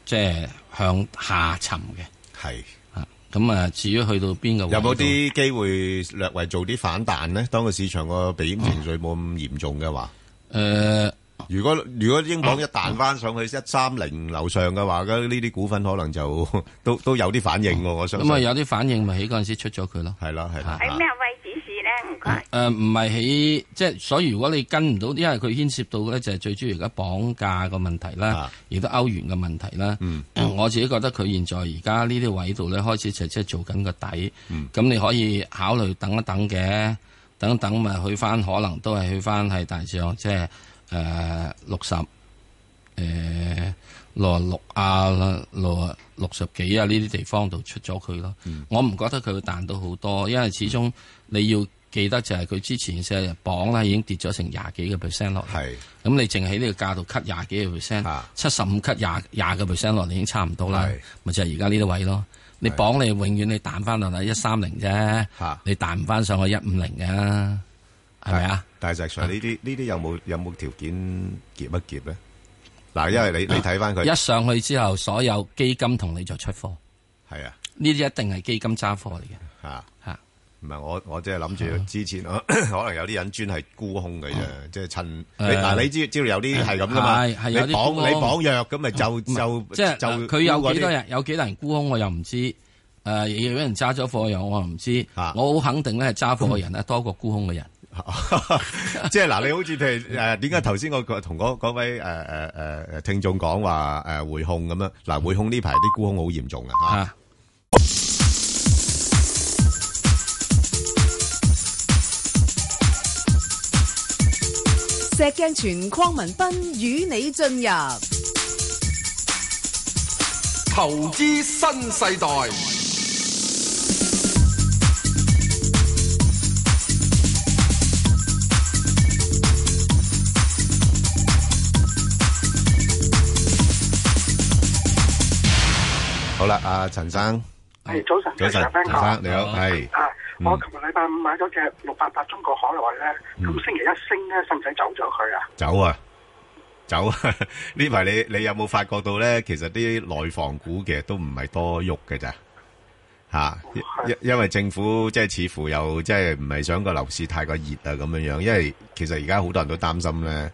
D: 即係向下沉嘅
C: 係
D: 啊。咁啊，至於去到邊個位
C: 有冇
D: 度
C: 啲機會略為做啲反彈呢？當個市場個避險情緒冇咁嚴重嘅話，
D: 诶？
C: 如果如果英鎊一彈翻上去一三零樓上嘅話，咁呢啲股份可能 (laughs) 就都都有啲反應喎。我相信
D: 咁啊，有啲反應咪喺嗰陣時出咗佢咯。
C: 係啦係啦，
I: 喺咩位指示咧？唔該。
D: 誒呃唔係喺即係，所以如果你跟唔到，因為佢牽涉到咧就係最主要而家綁架個問題啦
C: 啊，
D: 亦都歐元嘅問題啦。嗯我自己覺得佢現在而家呢啲位度咧開始就即係做緊個底，咁你可以考慮等一等嘅，等一等咪去翻，可能都係去翻係大致上即係誒呃六十誒六六啊六六十幾啊呢啲地方度出咗佢咯。
C: 嗯
D: 我唔覺得佢會彈到好多，因為始終你要記得就係佢之前嘅榜啦，已經跌咗成廿幾個 percent 落嚟。
C: 係
D: 咁你淨喺呢個價度 cut 廿幾個 percent，
C: 啊
D: 七十五 cut 廿廿個 percent 落嚟已經差唔多啦
C: 係，
D: 咪就係而家呢啲位咯。你榜你永遠你彈翻落嚟一三零啫
C: 嚇，
D: 你彈唔翻上去一五零嘅，係咪啊？
C: 但係石 Sir 呢啲呢啲有冇有冇條件夾一夾咧？嗱，因為你你睇翻佢
D: 一上去之後，所有基金同你就出貨，
C: 係啊
D: 呢啲一定係基金揸貨嚟嘅
C: 嚇。
D: 嚇。
C: 唔係我我即係諗住之前 (coughs) 可能有啲人專係沽空嘅啫，即係趁你
D: 啊誒
C: 嗱你知知道有啲係咁噶嘛，
D: 係係有啲
C: 你綁
D: 沽空
C: 你綁藥咁咪就就
D: 即係啊呃
C: 就
D: 嗱佢有幾多
C: 沽嗰啲
D: 人有幾多人沽空，我又唔知。誒、有人揸咗貨又我又唔知。
C: 啊
D: 我好肯定咧，係揸貨
C: (laughs)
D: 嘅人咧多過沽空嘅人。
C: (laughs) 即係嗱，你好似譬如誒點解頭先我同嗰嗰位誒誒誒誒聽眾講話誒匯控咁樣嗱，匯控呢排啲沽空好嚴重啊嚇。
D: 啊
A: 石鏡泉邝文斌與你進入
B: 投資新世代，
C: 好啦，阿陳生，
E: 系早晨，
C: 早晨，
E: Ben
C: 陳生你好，係
E: 啊！
C: 嗯
E: 我琴日禮拜五買咗只六八八中國海外咧，咁星期一升咧，使唔使走咗佢啊？
C: 走啊！走啊！ (laughs) 呢排你你有冇發覺到咧？其實啲內房股其實都唔係多喐嘅咋吓，因因因為政府即係似乎又即係唔係想個樓市太過熱啊咁樣樣，因為其實而家好多人都擔心咧，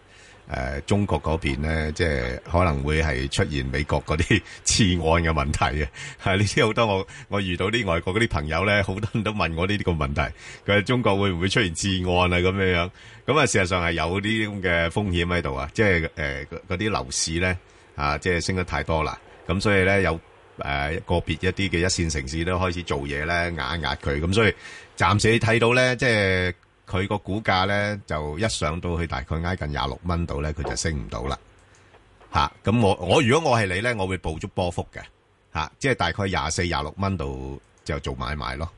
C: 誒、中國嗰邊咧即係可能會係出現美國嗰啲 (laughs) 次按嘅問題嘅，啊係呢啲好多我我遇到啲外國嗰啲朋友咧，好多人都問我呢啲個問題，佢話中國會唔會出現次按啊咁樣樣？咁啊，事實上係有啲咁嘅風險喺度啊，即係誒嗰嗰啲樓市咧啊，即係升得太多啦，咁所以咧有誒、呃、個別一啲嘅一線城市都開始做嘢咧壓一壓佢，咁所以暫時你睇到咧，即係佢個股價咧就一上到去大概挨近廿六蚊度咧，佢就升唔到啦。吓，咁、我我如果我係你咧，我會捕捉波幅嘅吓、即係大概廿四廿六蚊度就做買賣咯，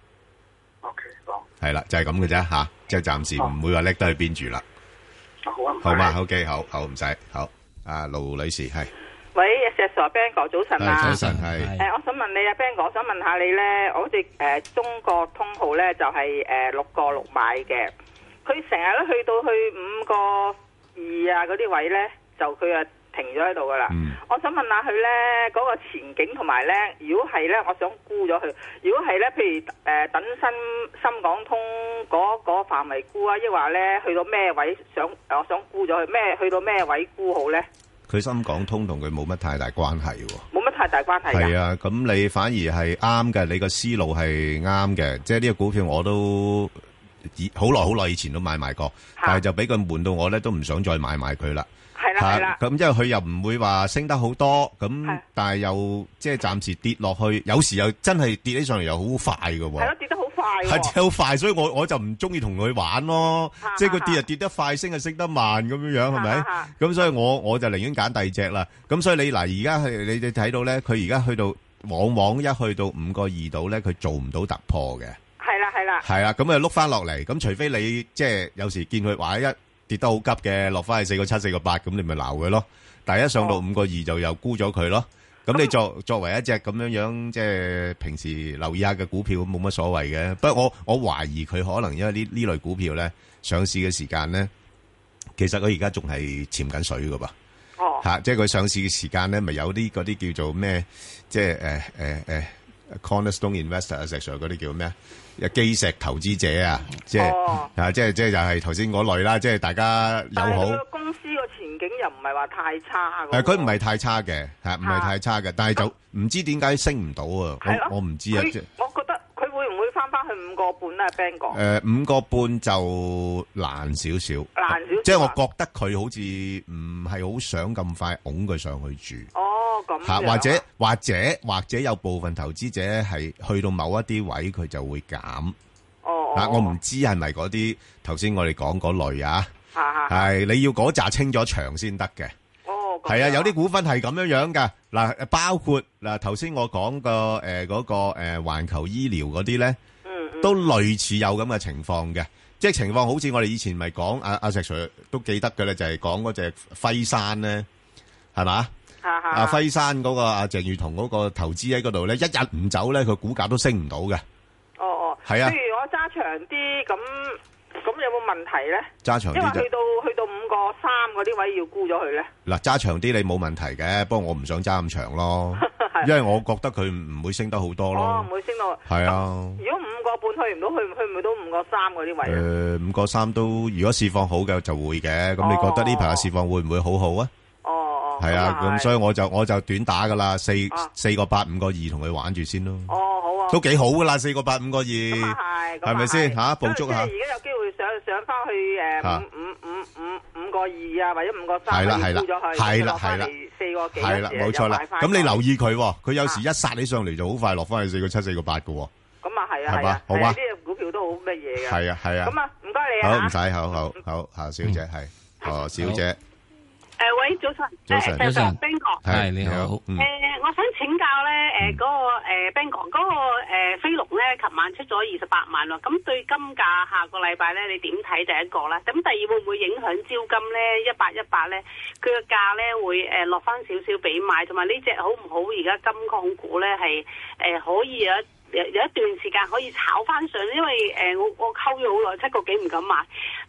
E: O K，好，
C: 係啦，就係咁嘅啫吓，即係暫時唔會話叻得去邊住啦。
E: 好啊，唔該
C: 好嘛，OK，好，好，唔使，好。啊，盧女士，係，
J: 喂，石 Sir Ben 哥，早晨啊！
C: 早晨係
J: 誒、我想問你啊，Ben 哥，我想問下你咧，我好似誒、中國通號咧，就係、誒、六個六買嘅，佢成日都去到去五個二啊嗰啲位咧，就佢啊停咗喺度噶啦。我想問下佢咧嗰個前景同埋咧，如果係咧，我想沽咗佢。如果係咧，譬如誒、等新深港通嗰嗰範圍沽啊，抑或咧去到咩位想我想沽咗佢咩？去到咩位沽好咧？
C: 佢深港通同佢冇乜太大關係喎。
J: 冇乜太大關係
C: 啊
J: 㗎。
C: 係啊，咁你反而係啱嘅，你個思路係啱嘅，即係呢個股票我都以-好耐好耐以前都買埋過，但係就俾佢悶到我呢，都唔想再買埋佢啦。
J: 係啦係啦，
C: 嚇，咁因為佢又唔會話升得好多，咁
J: 係。
C: 但係又即係暫時跌落去，有時又真係跌起上嚟又好快㗎喎。
J: 係咯，跌得好快
C: 係
J: 喎。
C: 好快，所以我我就唔中意同佢玩咯。即係佢跌就跌得快，升就啊升得慢咁樣樣，係咪
J: 啊啊？
C: 咁所以我我就寧願揀第二隻啦。咁所以你嗱，而家係你你睇到咧，佢而家去到往往一去到五個二度咧，佢做唔到突破嘅。
J: 系啦系啦，
C: 係啦，咁啊碌翻落嚟，咁除非你即係有時見佢話一跌得好急嘅，落翻去四個七、四個八，咁你咪鬧佢咯。但係一上到五個二就又沽咗佢咯。咁你作作為一隻咁樣樣，即係呃平時留意下嘅股票冇乜所謂嘅。不過我我懷疑佢可能因為呢呢類股票咧上市嘅時間咧，其實佢而家仲係潛緊水噶噃。
J: 哦，
C: 吓、啊即係佢上市嘅時間咧，咪有啲嗰啲叫做咩，即係诶诶诶 cornerstone investor 啊，石 Sir 嗰啲叫咩？啊基石投資者啊，即係
J: 哦
C: 啊，即係即係就係頭先嗰類啦，即係大家友
J: 但係
C: 好
J: 佢。個公司個前景又唔係話太差
C: 诶，
J: 㗎喎
C: 佢唔係太差嘅，吓唔係太差嘅，但係就唔知點解升唔到
J: 係
C: 啊！
J: 咯
C: 我我唔知啊，
J: 佢
C: 即係
J: 我覺得佢會唔會翻翻去五個半咧？Bang 哥，
C: 诶五個半就難少少，
J: 難少少啊
C: 即係我覺得佢好似唔係好想咁快拱佢上去住。
J: 哦咁
C: 吓，
J: 樣
C: 或者或者或者有部分投資者係去到某一啲位，佢就會減。
J: 哦
C: 嗱，我唔知係咪嗰啲頭先我哋講嗰類啊，
J: 嚇嚇
C: 係你要嗰扎清咗場先得嘅。
J: 哦，
C: 係啊，有啲股份係咁樣樣噶。嗱，包括嗱頭先我講個誒嗰個誒環球醫療嗰啲咧，
J: 嗯
C: 都類似有咁嘅情況嘅。即係情況好似我哋以前咪講阿阿石 Sir 都記得嘅咧，就係講嗰只輝山咧，係嘛？
J: 嚇嚇
C: 阿輝山嗰個阿鄭裕彤嗰個投資喺嗰度咧，一日唔走咧，佢股價都升唔到嘅。
J: 哦哦，
C: 係啊
J: 譬如我揸長啲咁，咁有冇問題咧？
C: 揸長啲
J: 因為
C: 就
J: 去到去到五個三嗰啲位要沽咗佢咧。
C: 嗱，揸長啲你冇問題嘅，不過我唔想揸咁
J: (laughs)
C: 長咯，因為我覺得佢唔會升得好多咯
J: 哦，唔。會升到。
C: 係啊。
J: 如果五個半去唔到，去唔去唔到五個三嗰啲位啊？
C: 诶，五個三都如果市況好嘅就會嘅，咁你
J: 哦
C: 覺得呢排嘅市況會唔會好好啊？
J: 哦哦，
C: 係啊，
J: 咁
C: 咁
J: 係
C: 所以我就我就短打噶啦，四四个八五個二同佢玩住先咯，
J: 哦好啊，
C: 都幾好噶啦，四個八五個二，
J: 係咁
C: 係
J: 啊
C: 咪先吓？捕捉下
J: 即係，而家有機會上上翻去誒
C: 嚇
J: 五五五五五個二啊，或者五個三，
C: 係啦係啦
J: 沽咗佢，
C: 係啦
J: 落返
C: 係啦
J: 嚟四個幾嗰時
C: 係啦，冇錯啦
J: 又買。返
C: 咁你
J: 佢
C: 留意佢喎，佢有時一殺你上嚟就好快落翻去四個七、四個八噶喎。
J: 咁啊係啊
C: 係
J: 係
C: 嘛
J: 啊，
C: 好嘛
J: 係啊呢只股票都好乜嘢㗎。
C: 係啊係啊嗯
J: 咁啊唔該你
C: 好
J: 啊
C: 唔。使，好好好，夏小姐係，何小姐
I: 诶，喂，早晨，
C: 早晨
I: 誒
C: 早晨
I: Ben 哥，
C: 係你好，嗯
I: 诶，我想請教咧，诶，嗰個诶 Ben 哥嗰個诶飛龍咧，琴晚出咗二十八萬喎，咁對金價下個禮拜咧，你點睇第一個咧？咁第二會唔會影響招金咧？一八一八咧，佢個價咧會诶落翻少少俾買，同埋呢只好唔好？而家金礦股咧係诶呃可以有一。有有一段時間可以炒翻上，因為誒、呃我我溝咗好耐，七個幾唔敢買，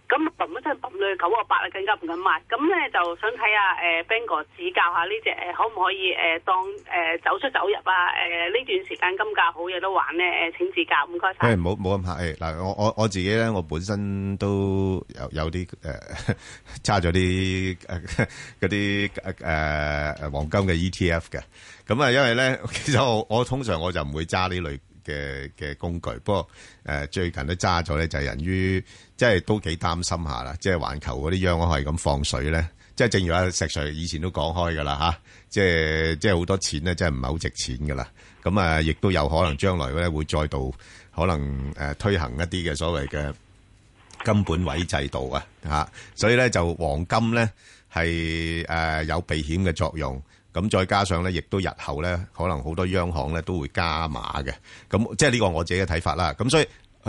I: 咁嘣一聲嘣到去九個啊八啦，更加唔敢買。咁咧就想睇下誒 Ben 哥指教下呢只誒可唔可以誒、呃、當誒、呃走出走入啊？誒、呢段時間金價好嘢都玩咧，誒請指教，唔該晒。
C: 誒，唔好冇咁客氣。嗱，我我我自己咧，我本身都有有啲誒 (laughs) 揸咗啲誒嗰啲誒誒黃金嘅 ETF 嘅。咁啊，因為咧， (laughs) 其實我我通常我就唔會揸呢類嘅嘅工具。不過誒、最近都揸咗咧，就係人於即係都幾擔心下啦。即係環球嗰啲央行係咁放水咧，即係正如阿石 Sir 以前都講開噶啦嚇，即係即係好多錢咧，真係唔係好值錢噶啦。咁啊，亦都有可能將來咧會再度可能誒、推行一啲嘅所謂嘅。根本位制度啊，嚇、所以咧就黃金咧係誒有避險嘅作用。咁再加上咧，亦都日後咧，可能好多央行咧都會加碼嘅。咁即係呢個我自己嘅睇法啦。咁所以誒、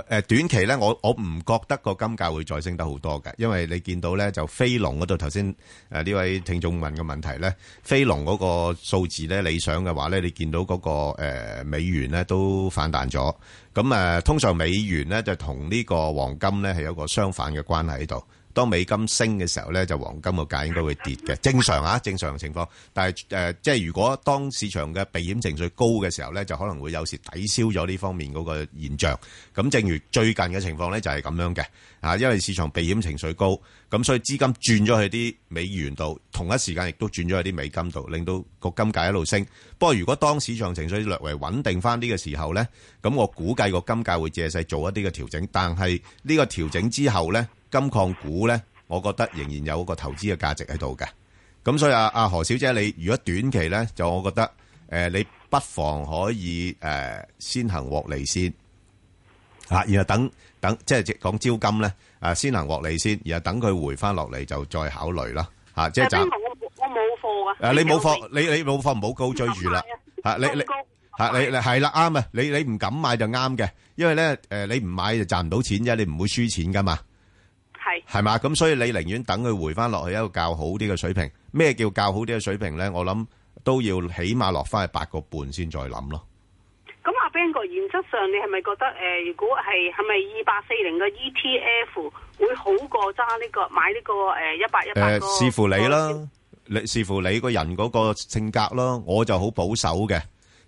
C: 呃短期咧，我我唔覺得個金價會再升得好多嘅，因為你見到咧就飛龍嗰度頭先誒呢位聽眾問嘅問題咧，飛龍嗰個數字咧理想嘅話咧，你見到嗰、個、呃、美元咧都反彈咗。咁誒、呃通常美元咧就同呢個黃金咧係有個相反嘅關係喺度。當美金升嘅時候咧，就黃金個價應該會跌嘅，正常啊，正常情況。但係誒、呃即係如果當市場嘅避險情緒高嘅時候咧，就可能會有時抵消咗呢方面嗰個現象。咁正如最近嘅情況咧，就係咁樣嘅啊，因為市場避險情緒高，咁所以資金轉咗去啲美元度，同一時間亦都轉咗去啲美金度，令到個金價一路升。不過如果當市場情緒略為穩定翻啲嘅時候咧，咁我估計個金價會借勢做一啲嘅調整，但係呢個調整之後咧。金礦股咧，我覺得仍然有個投資嘅價值喺度嘅。咁所以啊，阿何小姐，你如果短期咧，就我覺得誒、呃你不妨可以誒、呃先行獲利先啊，然後等等，即係講招金咧，啊，先行獲利先，然後等佢回翻落嚟就再考慮啦。嚇、即係
I: 但
C: 暫啊
I: 係 Ben 哥我冇我冇貨㗎。啊
C: 誒你冇貨，你你冇貨唔好高追住啦。嚇、你你吓你你系啦啱啊，你你唔敢買就啱嘅，因為咧诶你唔買就賺唔到錢啫，你唔會輸錢噶嘛，
F: 係
C: 係嘛，咁所以你寧願等佢回翻落去一個較好啲嘅水平。咩叫較好啲嘅水平咧？我諗都要起碼落翻去八個半先再諗咯。
F: 咁阿 Ben 哥，原則上你係咪覺得誒、呃如果係係咪二八四零嘅 ETF 會好過揸呢、個買呢、個誒一百一百
C: 诶，
F: 個？
C: 呃視乎你啦，你視乎你個人嗰個性格咯。我就好保守嘅，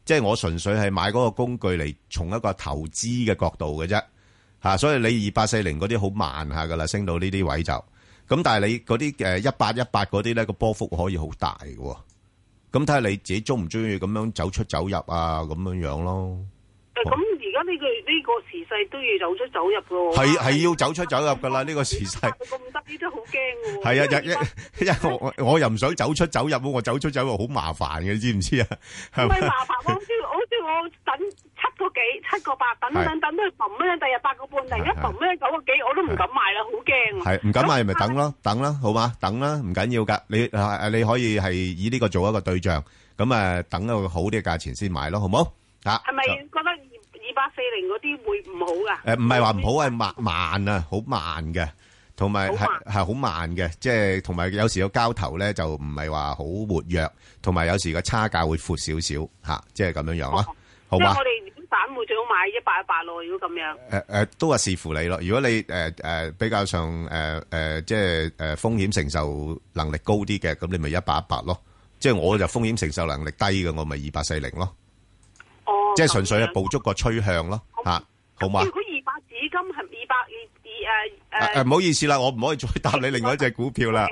C: 即係我純粹係買嗰個工具嚟從一個投資嘅角度嘅啫。吓、所以你二八四零嗰啲好慢下噶啦，升到呢啲位就咁。但係你嗰啲诶一八一八嗰啲咧，個波幅可以好大嘅喎。咁睇下你自己中唔中意咁樣走出走入啊，咁樣樣咯。
F: 誒咁而家呢個呢、個時勢都要走出走入咯喎。
C: 係係要走出走入噶啦，呢個時勢。
F: 咁得意都好驚嘅喎。
C: 係啊，日一因為我我又唔想走出走入，我走出走入好麻煩嘅，你知唔知啊？
F: 唔
C: 係咪
F: 係麻煩，我好似 (laughs) 好似我等七個幾、七個八，等
C: 係
F: 等等都係嘣咧，第日八個半，突然間嘣咧九個幾，我都唔敢買啦，好驚啊！
C: 系唔敢買咪等咯，等啦，好嘛，等啦，唔緊要噶。你啊，你可以係以呢個做一個對象，咁啊，等一個好啲嘅價錢先買咯，好冇？吓，
F: 係咪覺得二二八四零嗰啲會唔好
C: (laughs)
F: 㗎？
C: 诶，誒唔係話唔好，係慢慢啊，好慢嘅，同埋係系好慢嘅，即係同埋有時個交投咧就唔係話好活躍，同埋有時個差價會闊少少吓，即係咁樣樣啦，好
F: 即係
C: 嘛？
F: 我哋啲散户最好買一百一百咯，如果咁樣。
C: 诶诶，誒呃都系視乎你咯。如果你诶诶比較上诶诶，誒即係诶风险承受能力高啲嘅，咁你咪一百一百咯。即係我就風險承受能力低嘅，我咪二百四零咯。
F: 哦，
C: 即係純粹係捕捉個趨向咯，吓好嘛啊
F: 如？果二百紫金係二百二呃
C: 诶
F: 二誒
C: 诶，
F: 誒，
C: 呃唔好意思啦，我唔可以再答你另外一隻股票啦。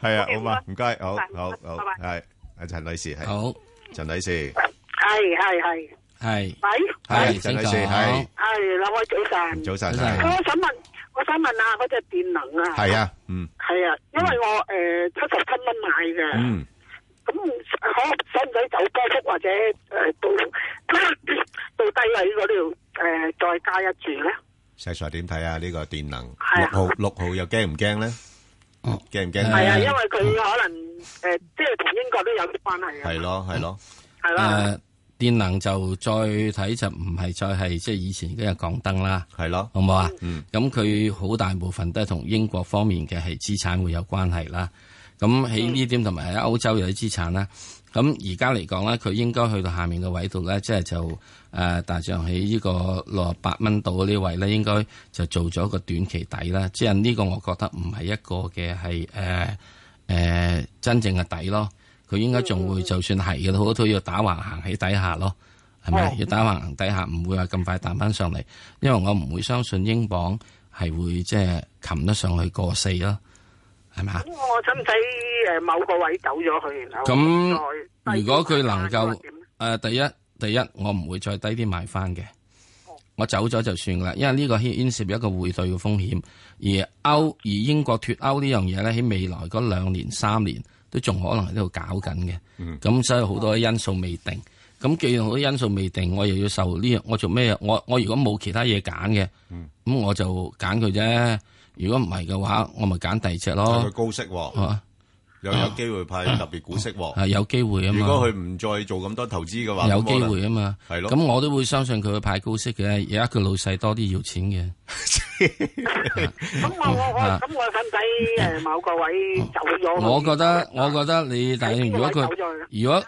C: 係啊，好嘛，唔該，好
F: 拜拜
C: 好好，
F: 拜
C: 係阿陳女士，係
D: 好，
C: 陳女士，
J: 系系系，
D: 系
J: 喂，
C: 係陳女士，係
J: 系两位早晨，
C: 早晨，
J: 咁
C: 係
J: 我想问，我想问下嗰只电能啊，
C: 係，啊，嗯
J: 系啊，因为我诶七十七蚊买嘅，
C: 嗯。
J: 咁可使唔使走波幅或者诶 (coughs) 到到低位嗰度诶再加一注咧？
C: 石 Sir 點睇啊？呢個電能
J: 係
C: 六
J: 啊
C: 號六號又驚唔驚咧？驚唔驚？
J: 系啊，因为佢可能诶即系同英国都有啲关系啊，
C: 係咯係咯，
J: 系啦
D: 誒，呃電能就再睇就唔係再係即係以前嗰日港燈啦，
C: 係咯，
D: 好唔好啊？咁佢好大部分都係同英國方面嘅係資產會有關係啦。咁喺呢點同埋喺歐洲有啲資產啦。咁而家嚟講咧，佢應該去到下面嘅位度咧，即係就誒、呃大致上喺呢個六十八蚊度呢位咧，應該就做咗一個短期底啦。即係呢個我覺得唔係一個嘅係誒。呃誒、呃真正嘅底咯。佢應該仲會，就算係嘅，好多都要打橫行喺底下咯，係咪？要打橫行底下，唔會話咁快彈翻上嚟，因為我唔會相信英鎊係會即係擒得上去過四咯，係咪啊
J: 咁我使唔使诶某个位走咗佢，然后
D: 咁
J: 再
D: 如果佢能夠誒、呃第一第一，我唔會再低啲買翻嘅，我走咗就算噶啦，因為呢個牽牽涉一個匯兌嘅風險，而
C: 啊
D: 歐而英國脱歐呢樣嘢咧，喺未來嗰兩年三年都仲可能喺度搞緊嘅，
C: 嗯
D: 咁、所以好多因素未定。咁既然好多因素未定，我又要受呢樣，我做咩？啊我我如果冇其他嘢揀嘅，咁、
C: 嗯
D: 我就揀佢啫。如果唔係嘅話，我咪揀第二隻
C: 但
D: 咯
C: 佢。高息喎
D: 啊，
C: 又有機會派特別股息喎。
D: 啊有機會啊嘛
C: 如果佢唔再做咁多投資嘅話，
D: 有
C: 機
D: 機會啊嘛，
C: 係咯。
D: 咁我都會相信佢會派高息嘅，而家佢老細多啲要錢嘅。
J: 咁我我我咁我使唔使诶某個位走咗佢？
D: 我覺得，我覺得你但係如果佢
J: 睇邊個位走咗
D: 如果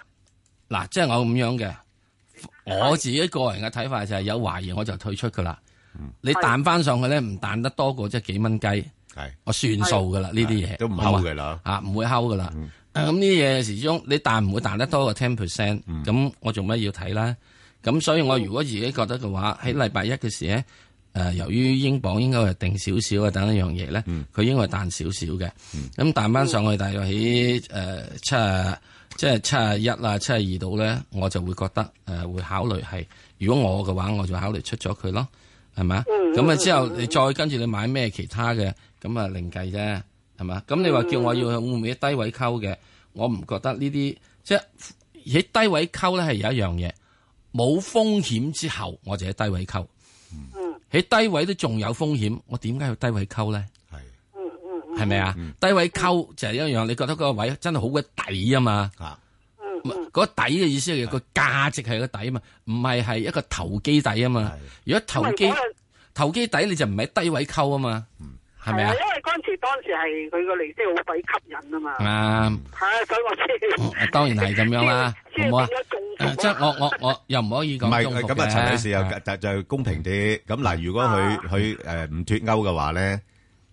D: 嗱，即係我咁樣嘅，我自己個人嘅睇法就係有懷疑我就退出佢啦。
C: 嗯
D: 你彈翻上去咧，唔彈得多過即係幾蚊雞，
C: 係
D: 我算數噶啦呢啲嘢，
C: 都唔
D: 好嘛
C: 睺㗎啦，
D: 啊唔會睺噶啦。啊咁呢啲嘢始終你彈唔會彈得多過 ten percent，咁我做乜要睇啦？咁所以我如果自己覺得嘅話，喺禮拜一嘅時咧。誒、由於英鎊應該係定少少嘅等一樣嘢咧，佢、應該係彈少少嘅。咁、彈翻上去大約喺誒七啊，即係七啊一啊，七啊二度咧，我就會覺得誒、呃、會考慮係，如果我嘅話，我就考慮出咗佢咯，係咪啊？咁啊、之後你再跟住你買咩其他嘅，咁啊另計啫，係咪啊？咁你話叫我要會唔會喺低位溝嘅？我唔覺得呢啲即係喺低位溝咧係有一樣嘢，冇風險之後我就喺低位溝。
K: 嗯
D: 喺低位都仲有風險，我點解要低位溝咧？
K: 嗯
D: 係咪啊？低位溝就係一樣，你覺得嗰個位真係好鬼抵啊嘛。
K: 嗯
D: 唔嗰個底嘅意思係個價值係個底啊嘛，唔係係一個投機底啊嘛。如果投機
K: 因為嗰個
D: 投機底你就唔係低位溝啊嘛，係咪啊
K: 因？為嗰陣時當時係佢個利息好鬼吸引啊嘛。
D: 啱。
K: 係，所以我知。
D: 當然係咁樣啦，
K: (laughs) 即
D: 好
K: 係
D: 唔好啊
K: 變咗？
D: 誒即係我我我又唔可以
C: 唔係，
D: 講中伏
C: 咁啊，
D: 嘅
C: 陳女士又就-就公平啲。咁嗱，如果佢-佢，誒，唔脫歐嘅話呢，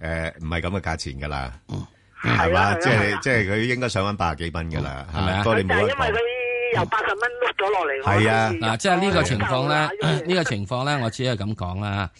C: 誒，唔係咁嘅價錢㗎啦。係嘛？即係-即係佢應該上返80幾蚊㗎啦，嚇，
K: 就係因
C: 不過你冇得
K: 為佢由八十蚊碌咗落嚟，我
C: 係啊
K: 先至
D: 嗱，即係呢個情況 (clears throat)
J: 啊
D: 咧，呢個情況咧，我只係咁講啦。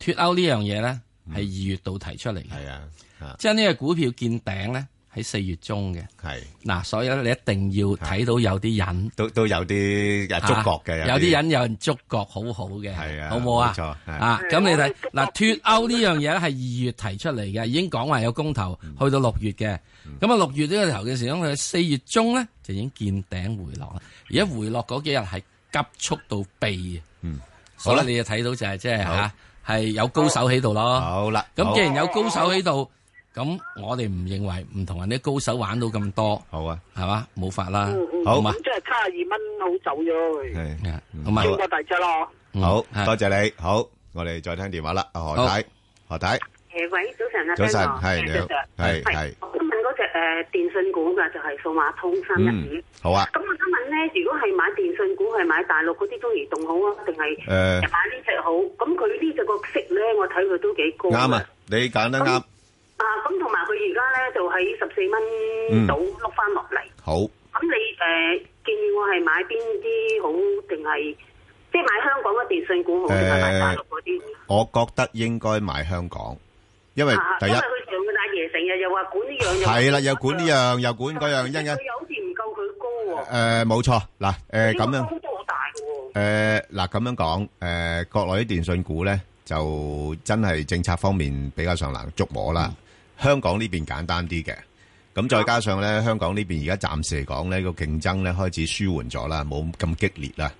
D: 脱歐呢樣嘢咧，係二月度提出嚟嘅。
C: 嗯係啊，
D: 即係呢個股票見頂咧，喺四月中嘅。
C: 係
D: 嗱，所以咧，你一定要睇到有啲人，啊
C: 都都有啲有觸覺嘅有啲
D: 有啲人有人觸覺好好嘅，係啊好冇啊？
C: 冇錯係
D: 啊，咁你睇嗱，脱歐呢樣嘢咧係二月提出嚟嘅，已經講話有公投，
C: 嗯
D: 去到六月嘅。咁啊，六月呢個頭嘅時候，佢四月中咧就已經見頂回落啦。而家回落嗰幾日係急速到避啊！
C: 嗯，
D: 所
C: 好啦
D: 以你就睇到就係即係嚇係有高手喺度咯。
C: 好啦，
D: 咁
C: 好
D: 既然有高手喺度，咁我哋唔認為唔同人啲高手玩到咁多。
C: 好啊，
D: 係嘛，冇法啦
K: 嗯嗯。
D: 好嘛
K: 咁，即係七廿二蚊好走咗佢，
C: 係。
D: 咁啊嗯
K: 超過第隻咯。
C: 嗯好，多謝你。好，我哋再聽電話啦，阿何太。何太，
J: 誒，喂，早晨啊，
C: 早晨
J: Ben
C: 係
J: 哥
C: 你好
J: 早晨
C: 係係
J: 我想問嗰只誒電信股嘅就係數碼通三一五。
C: 嗯，好啊。
J: 咁我想問咧，如果係買電信股，係買大陸嗰啲中移動好啊，定係
C: 誒
J: 買呢只好？咁佢呢只個息咧，我睇佢都幾高。
C: 啱啊，！你揀得啱。
J: 啊，咁同埋佢而家咧就喺十
C: 嗯
J: 四蚊度碌翻落嚟。
C: 好。
J: 咁你誒、呃建議我係買邊啲好，定係即係買香港嘅電信股好，定係買大陸嗰啲？
C: 我覺得應該買香港，因為
J: 啊
C: 第一
J: 因為佢上個大爺成日又話管呢樣又話
C: 係啦，又管呢樣又管嗰樣，一陣間
J: 佢又好似唔夠佢高喎、
C: 誒冇錯嗱誒咁樣
J: 高都好大嘅喎、
C: 誒嗱咁樣講誒國內啲電信股咧就真係政策方面比較上難捉摸啦，
J: 嗯
C: 香港呢邊簡單啲嘅。咁
J: 啊
C: 再加上咧，香港呢邊而家暫時嚟講咧，個競爭咧開始舒緩咗啦，冇咁激烈啦。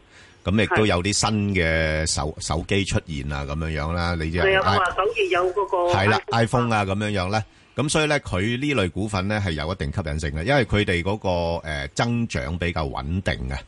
C: 咁亦都有啲新嘅手手機出現啊，咁樣樣啦，你就
J: 佢又話九月有嗰個
C: 係啦，iPhone 啊咁樣樣咧，咁所以咧佢呢類股份咧係有一定吸引性嘅，因為佢哋嗰個誒增長比較穩定嘅，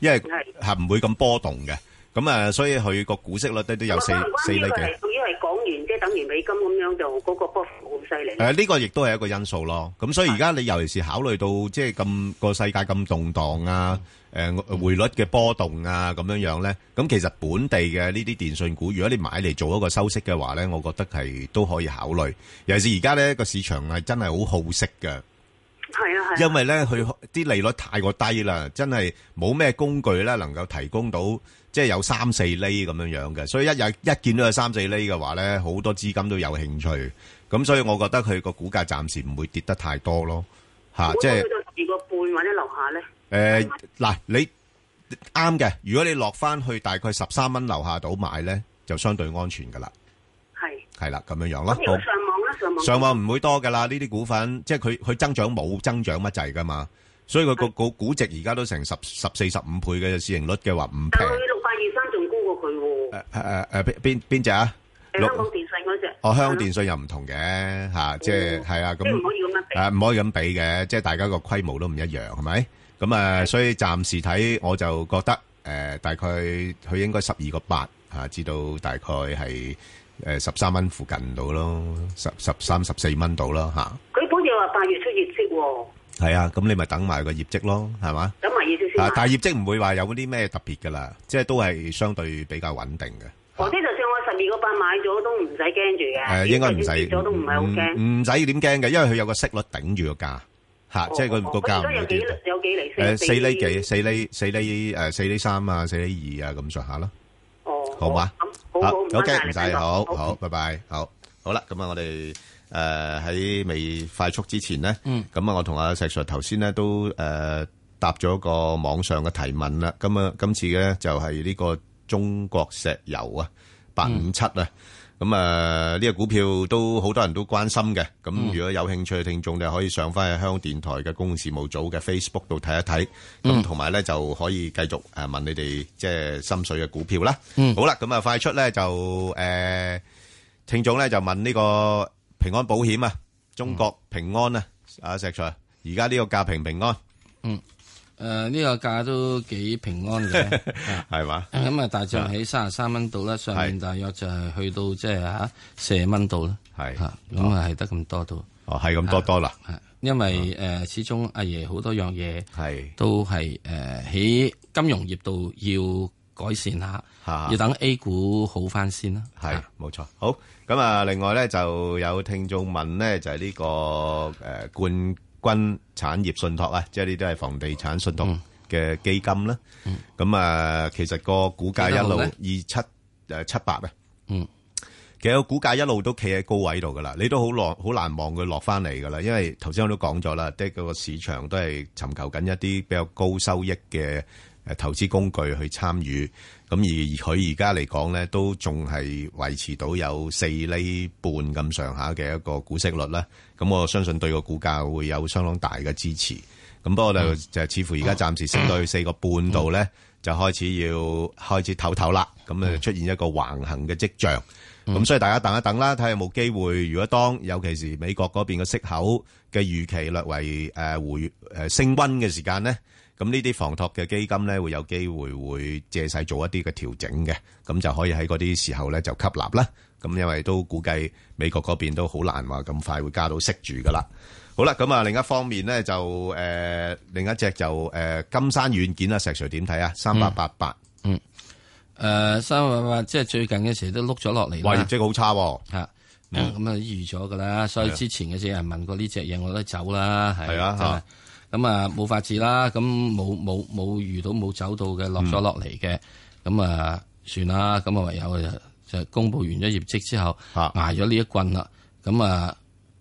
C: 因為係唔會咁波動嘅，咁啊，所以佢個股息率都都有四四
J: 呢
C: 厘
J: 個
C: 嘅
J: 係。屬於係港元，即係等於美金咁樣，就嗰個波幅好犀利。
C: 誒呢個亦都係一個因素咯，咁所以而家你尤其是考慮到即係咁個世界咁動盪啊，誒匯率嘅波動啊咁樣樣咧，咁其實本地嘅呢啲電信股，如果你買嚟做一個收息嘅話咧，我覺得係都可以考慮。尤其是而家咧個市場係真係好好息嘅，
J: 係啊係啊。
C: 因為咧佢啲利率太過低啦，真係冇咩工具咧能夠提供到即係有三四厘咁樣樣嘅，所以一有一見到有三四厘嘅話咧，好多資金都有興趣。咁所以我覺得佢個股價暫時唔會跌得太多咯，嚇、即係
J: 去到二個半或者樓下咧，
C: 誒嗱，你啱嘅。如果你落翻去大概十三蚊樓下度買咧，就相對安全噶啦，
J: 係。
C: 係啦咁樣樣咯。
J: 咁如果上網咧，上網
C: 上網唔會多噶啦，呢啲股份即係佢佢增長冇增長乜滯噶嘛，所以佢個個估值而家都成十十四十五倍嘅市盈率嘅話唔
J: 但
C: 平
J: 係佢六百二三仲高過佢
C: Ờ, 誒誒誒
J: 喎。
C: 邊邊邊隻啊？
J: 誒香港電信嗰隻。
C: 哦，香港電信又唔同嘅嚇，即係係啊，咁
J: 即係唔可以咁樣比
C: 誒唔可以咁比嘅，即係大家個規模都唔一樣，係咪？咁啊，所以暫時睇我就覺得誒，大概佢應該十二個八嚇，至到大概係誒十三蚊附近度咯，十十三十四蚊度啦嚇。
J: 佢本嚟話八月出業績喎，
C: 係啊，咁你咪等埋個業績咯，係嘛？
J: 等埋業績先買
C: 啊，但係業績唔會話有啲咩特別㗎啦，即係都係相對比較穩定嘅。
J: 或者就算我十二個八買咗都唔使驚住嘅。
C: 誒，應該唔使，
J: 跌咗都唔係好驚。
C: 唔唔使點驚嘅，因為佢有個息率頂住個價，吓，即係佢個價
J: 哦咁而家
C: 唔會
J: 有幾
C: 跌嘅。
J: 厘有幾厘
C: 誒，
J: 四
C: 四厘幾，四厘四厘誒，四厘三啊，四厘二啊，咁上下啦。
J: 哦，
C: 好嘛？
J: 好
C: 好
J: 好唔該
C: Ờ, OK，
J: 晒
C: 唔
J: 你
C: 使，
J: 邊個
C: 好
J: 好
C: 好，拜拜，好好啦。咁啊，我哋誒喺未快速之前咧，
D: 嗯
C: 咁啊，我同阿石 Sir 頭先咧都誒答咗個網上嘅提問啦。咁啊，今次咧就係呢個中國石油啊，八五七
D: 嗯
C: 啊。咁啊，呢個股票都好多人都關心嘅。咁
D: 嗯
C: 如果有興趣嘅聽眾，就可以上翻去香港電台嘅公共事務組嘅 Facebook 度睇一睇。咁
D: 嗯
C: 同埋咧就可以繼續誒問你哋即係心水嘅股票啦。
D: 嗯
C: 好啦，咁啊快出咧就誒聽眾咧就問呢個平安保險啊，中國平安啊，阿石 Sir，而家呢個價平唔平安？
D: 嗯，誒呢個價都幾平安嘅，
C: 係嘛？
D: 咁啊，大致上喺三十三蚊度啦，上面大約就係去到即係嚇四十蚊度啦。
C: 係
D: 嚇，咁啊係得咁多度。啊
C: 哦，係咁多多啦。
D: 因為誒始終阿爺好多樣嘢
C: 係
D: 都係誒喺金融業度要改善下，要等 A 股好翻先啦。
C: 係冇錯。好，咁啊，另外咧就有聽眾問咧，就係呢個誒冠軍產業信託啊，即係呢啲係房地產信託嘅基金啦。咁啊，其實個股價一路二七誒七八啊。
D: 嗯。
C: 其實個股價一路都企喺高位度噶啦，你都好落好難望佢落翻嚟噶啦，因為頭先我都講咗啦，即係個市場都係尋求緊一啲比較高收益嘅誒投資工具去參與，咁而佢而家嚟講咧，都仲係維持到有四厘半咁上下嘅一個股息率啦，咁我相信對個股價會有相當大嘅支持。咁不過就就似乎而家暫時升到去四個半度咧，就開始要開始唞唞啦，咁啊出現一個橫行嘅跡象。咁、所以大家等一等啦，睇下有冇機會。如果當尤其是美國嗰邊嘅息口嘅預期略為誒、呃回誒、呃升温嘅時間咧，咁呢啲房託嘅基金咧會有機會會借勢做一啲嘅調整嘅，咁就可以喺嗰啲時候咧就吸納啦。咁因為都估計美國嗰邊都好難話咁快會加到息住噶啦。好啦，咁啊另一方面咧就誒、呃另一隻就誒、呃金山軟件啊，石 Sir 點睇啊？三八八八，
D: 嗯，啊誒三八八即係最近嘅時都碌咗落嚟啦。
C: 哇業績好差喎、
D: 嚇，
C: 嗯
D: 咁啊預咗噶啦，所以之前嘅有人問過呢只嘢，我都走啦，係
C: 啊係啊
D: 真係咁啊冇法子啦，咁冇冇冇遇到冇走到嘅落
C: 嗯
D: 咗落嚟嘅，咁啊算啦，咁啊唯有就就公佈完咗業績之後，
C: 啊
D: 捱咗呢一棍啦，咁啊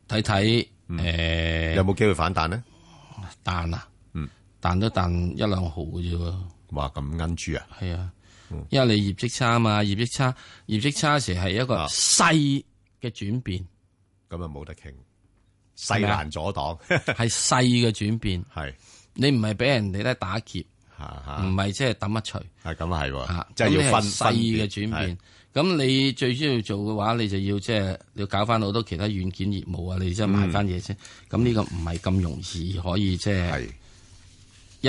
D: 睇睇誒
C: 嗯有冇嗯機會反彈呢？
D: 彈啊，彈都彈一兩毫嘅啫喎。
C: 哇咁奀豬啊！
D: 係啊，因為你業績差嘛，業績差業績差時係一個
C: 啊
D: 細嘅轉變。
C: 咁啊冇得傾，細難阻擋，
D: 係啊細嘅轉變。
C: 係
D: 你唔係俾人哋咧打劫，
C: 唔
D: 係即係抌一錘。
C: 係咁係喎，啊即
D: 嗯啊咁
C: 係
D: 你
C: 要
D: 係
C: 分
D: 細嘅轉變。。咁你最主要做嘅話，你就要即係要搞翻好多其他軟件業務啊，你即係買翻嘢
C: 嗯
D: 先。咁呢個唔係咁容易可以即係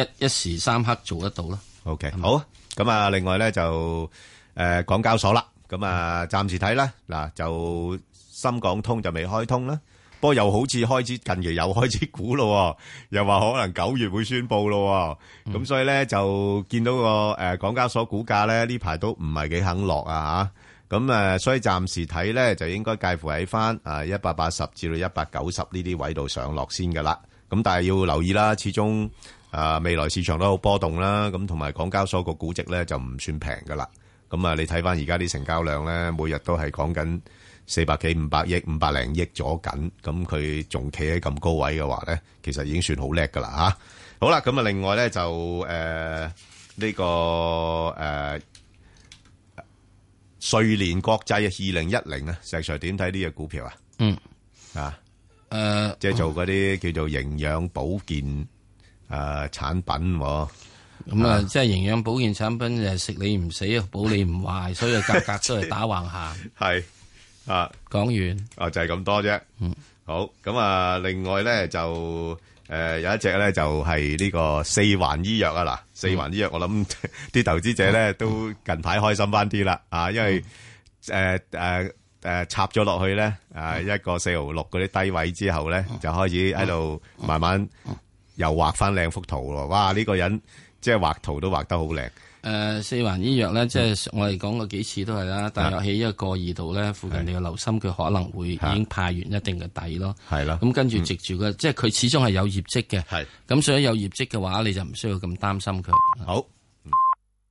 D: 一一時三刻做得到啦。
C: O K，好啊。咁啊，另外咧就誒港交所啦，咁啊暫時睇啦，嗱就深港通就未開通啦。不過又好似開始近期又開始估咯喎， (laughs) 又話可能九月會宣佈咯喎，咁、所以咧就見到個誒、呃港交所股價咧呢排都唔係幾肯落啊嚇，咁誒、呃所以暫時睇咧就應該介乎喺翻啊一百八十至到一百九十呢啲位度上落先㗎啦，咁但係要留意啦，始終啊未來市場都好波動啦，咁同埋港交所個估值咧就唔算平㗎啦。咁啊，你睇翻而家啲成交量咧，每日都係講緊四百幾、五百億、五百零億咗緊，咁佢仲企喺咁高位嘅話咧，其實已經算好叻噶啦嚇。好啦，咁啊，另外咧就誒呢、個誒、呃、瑞聯國際二零一零啊，石 Sir 點睇呢只股票啊？
D: 嗯
C: 啊
D: 誒、
C: 即係做嗰啲叫做營養保健誒、呃、產品喎、
D: 咁啊，即係營養保健產品就係食你唔死，保你唔壞，所以價格都係打
C: (laughs)
D: 橫行。
C: 系啊，
D: 講完
C: 啊就係咁多啫。嗯，好咁啊，另外咧就诶、呃有一隻咧就係呢個四環醫藥啊嗱，四環醫藥我諗 (laughs) 啲投資者咧都近排開心翻啲啦啊，因為诶诶诶插咗落去咧啊一個四毫六嗰啲低位之後咧，就開始喺度慢慢又畫翻靚幅圖咯。哇！呢、個人即係畫圖都畫得好靚。
D: 誒、呃四環醫藥咧，即係我哋講過幾次都係啦，大約喺一個二度咧附近，你要留心佢可能會已經派完一定嘅底咯。
C: 係啦
D: 咁跟住藉住佢，即係佢始終係有業績嘅。
C: 係。
D: 咁所以有業績嘅話，你就唔需要咁擔心佢。
C: 好，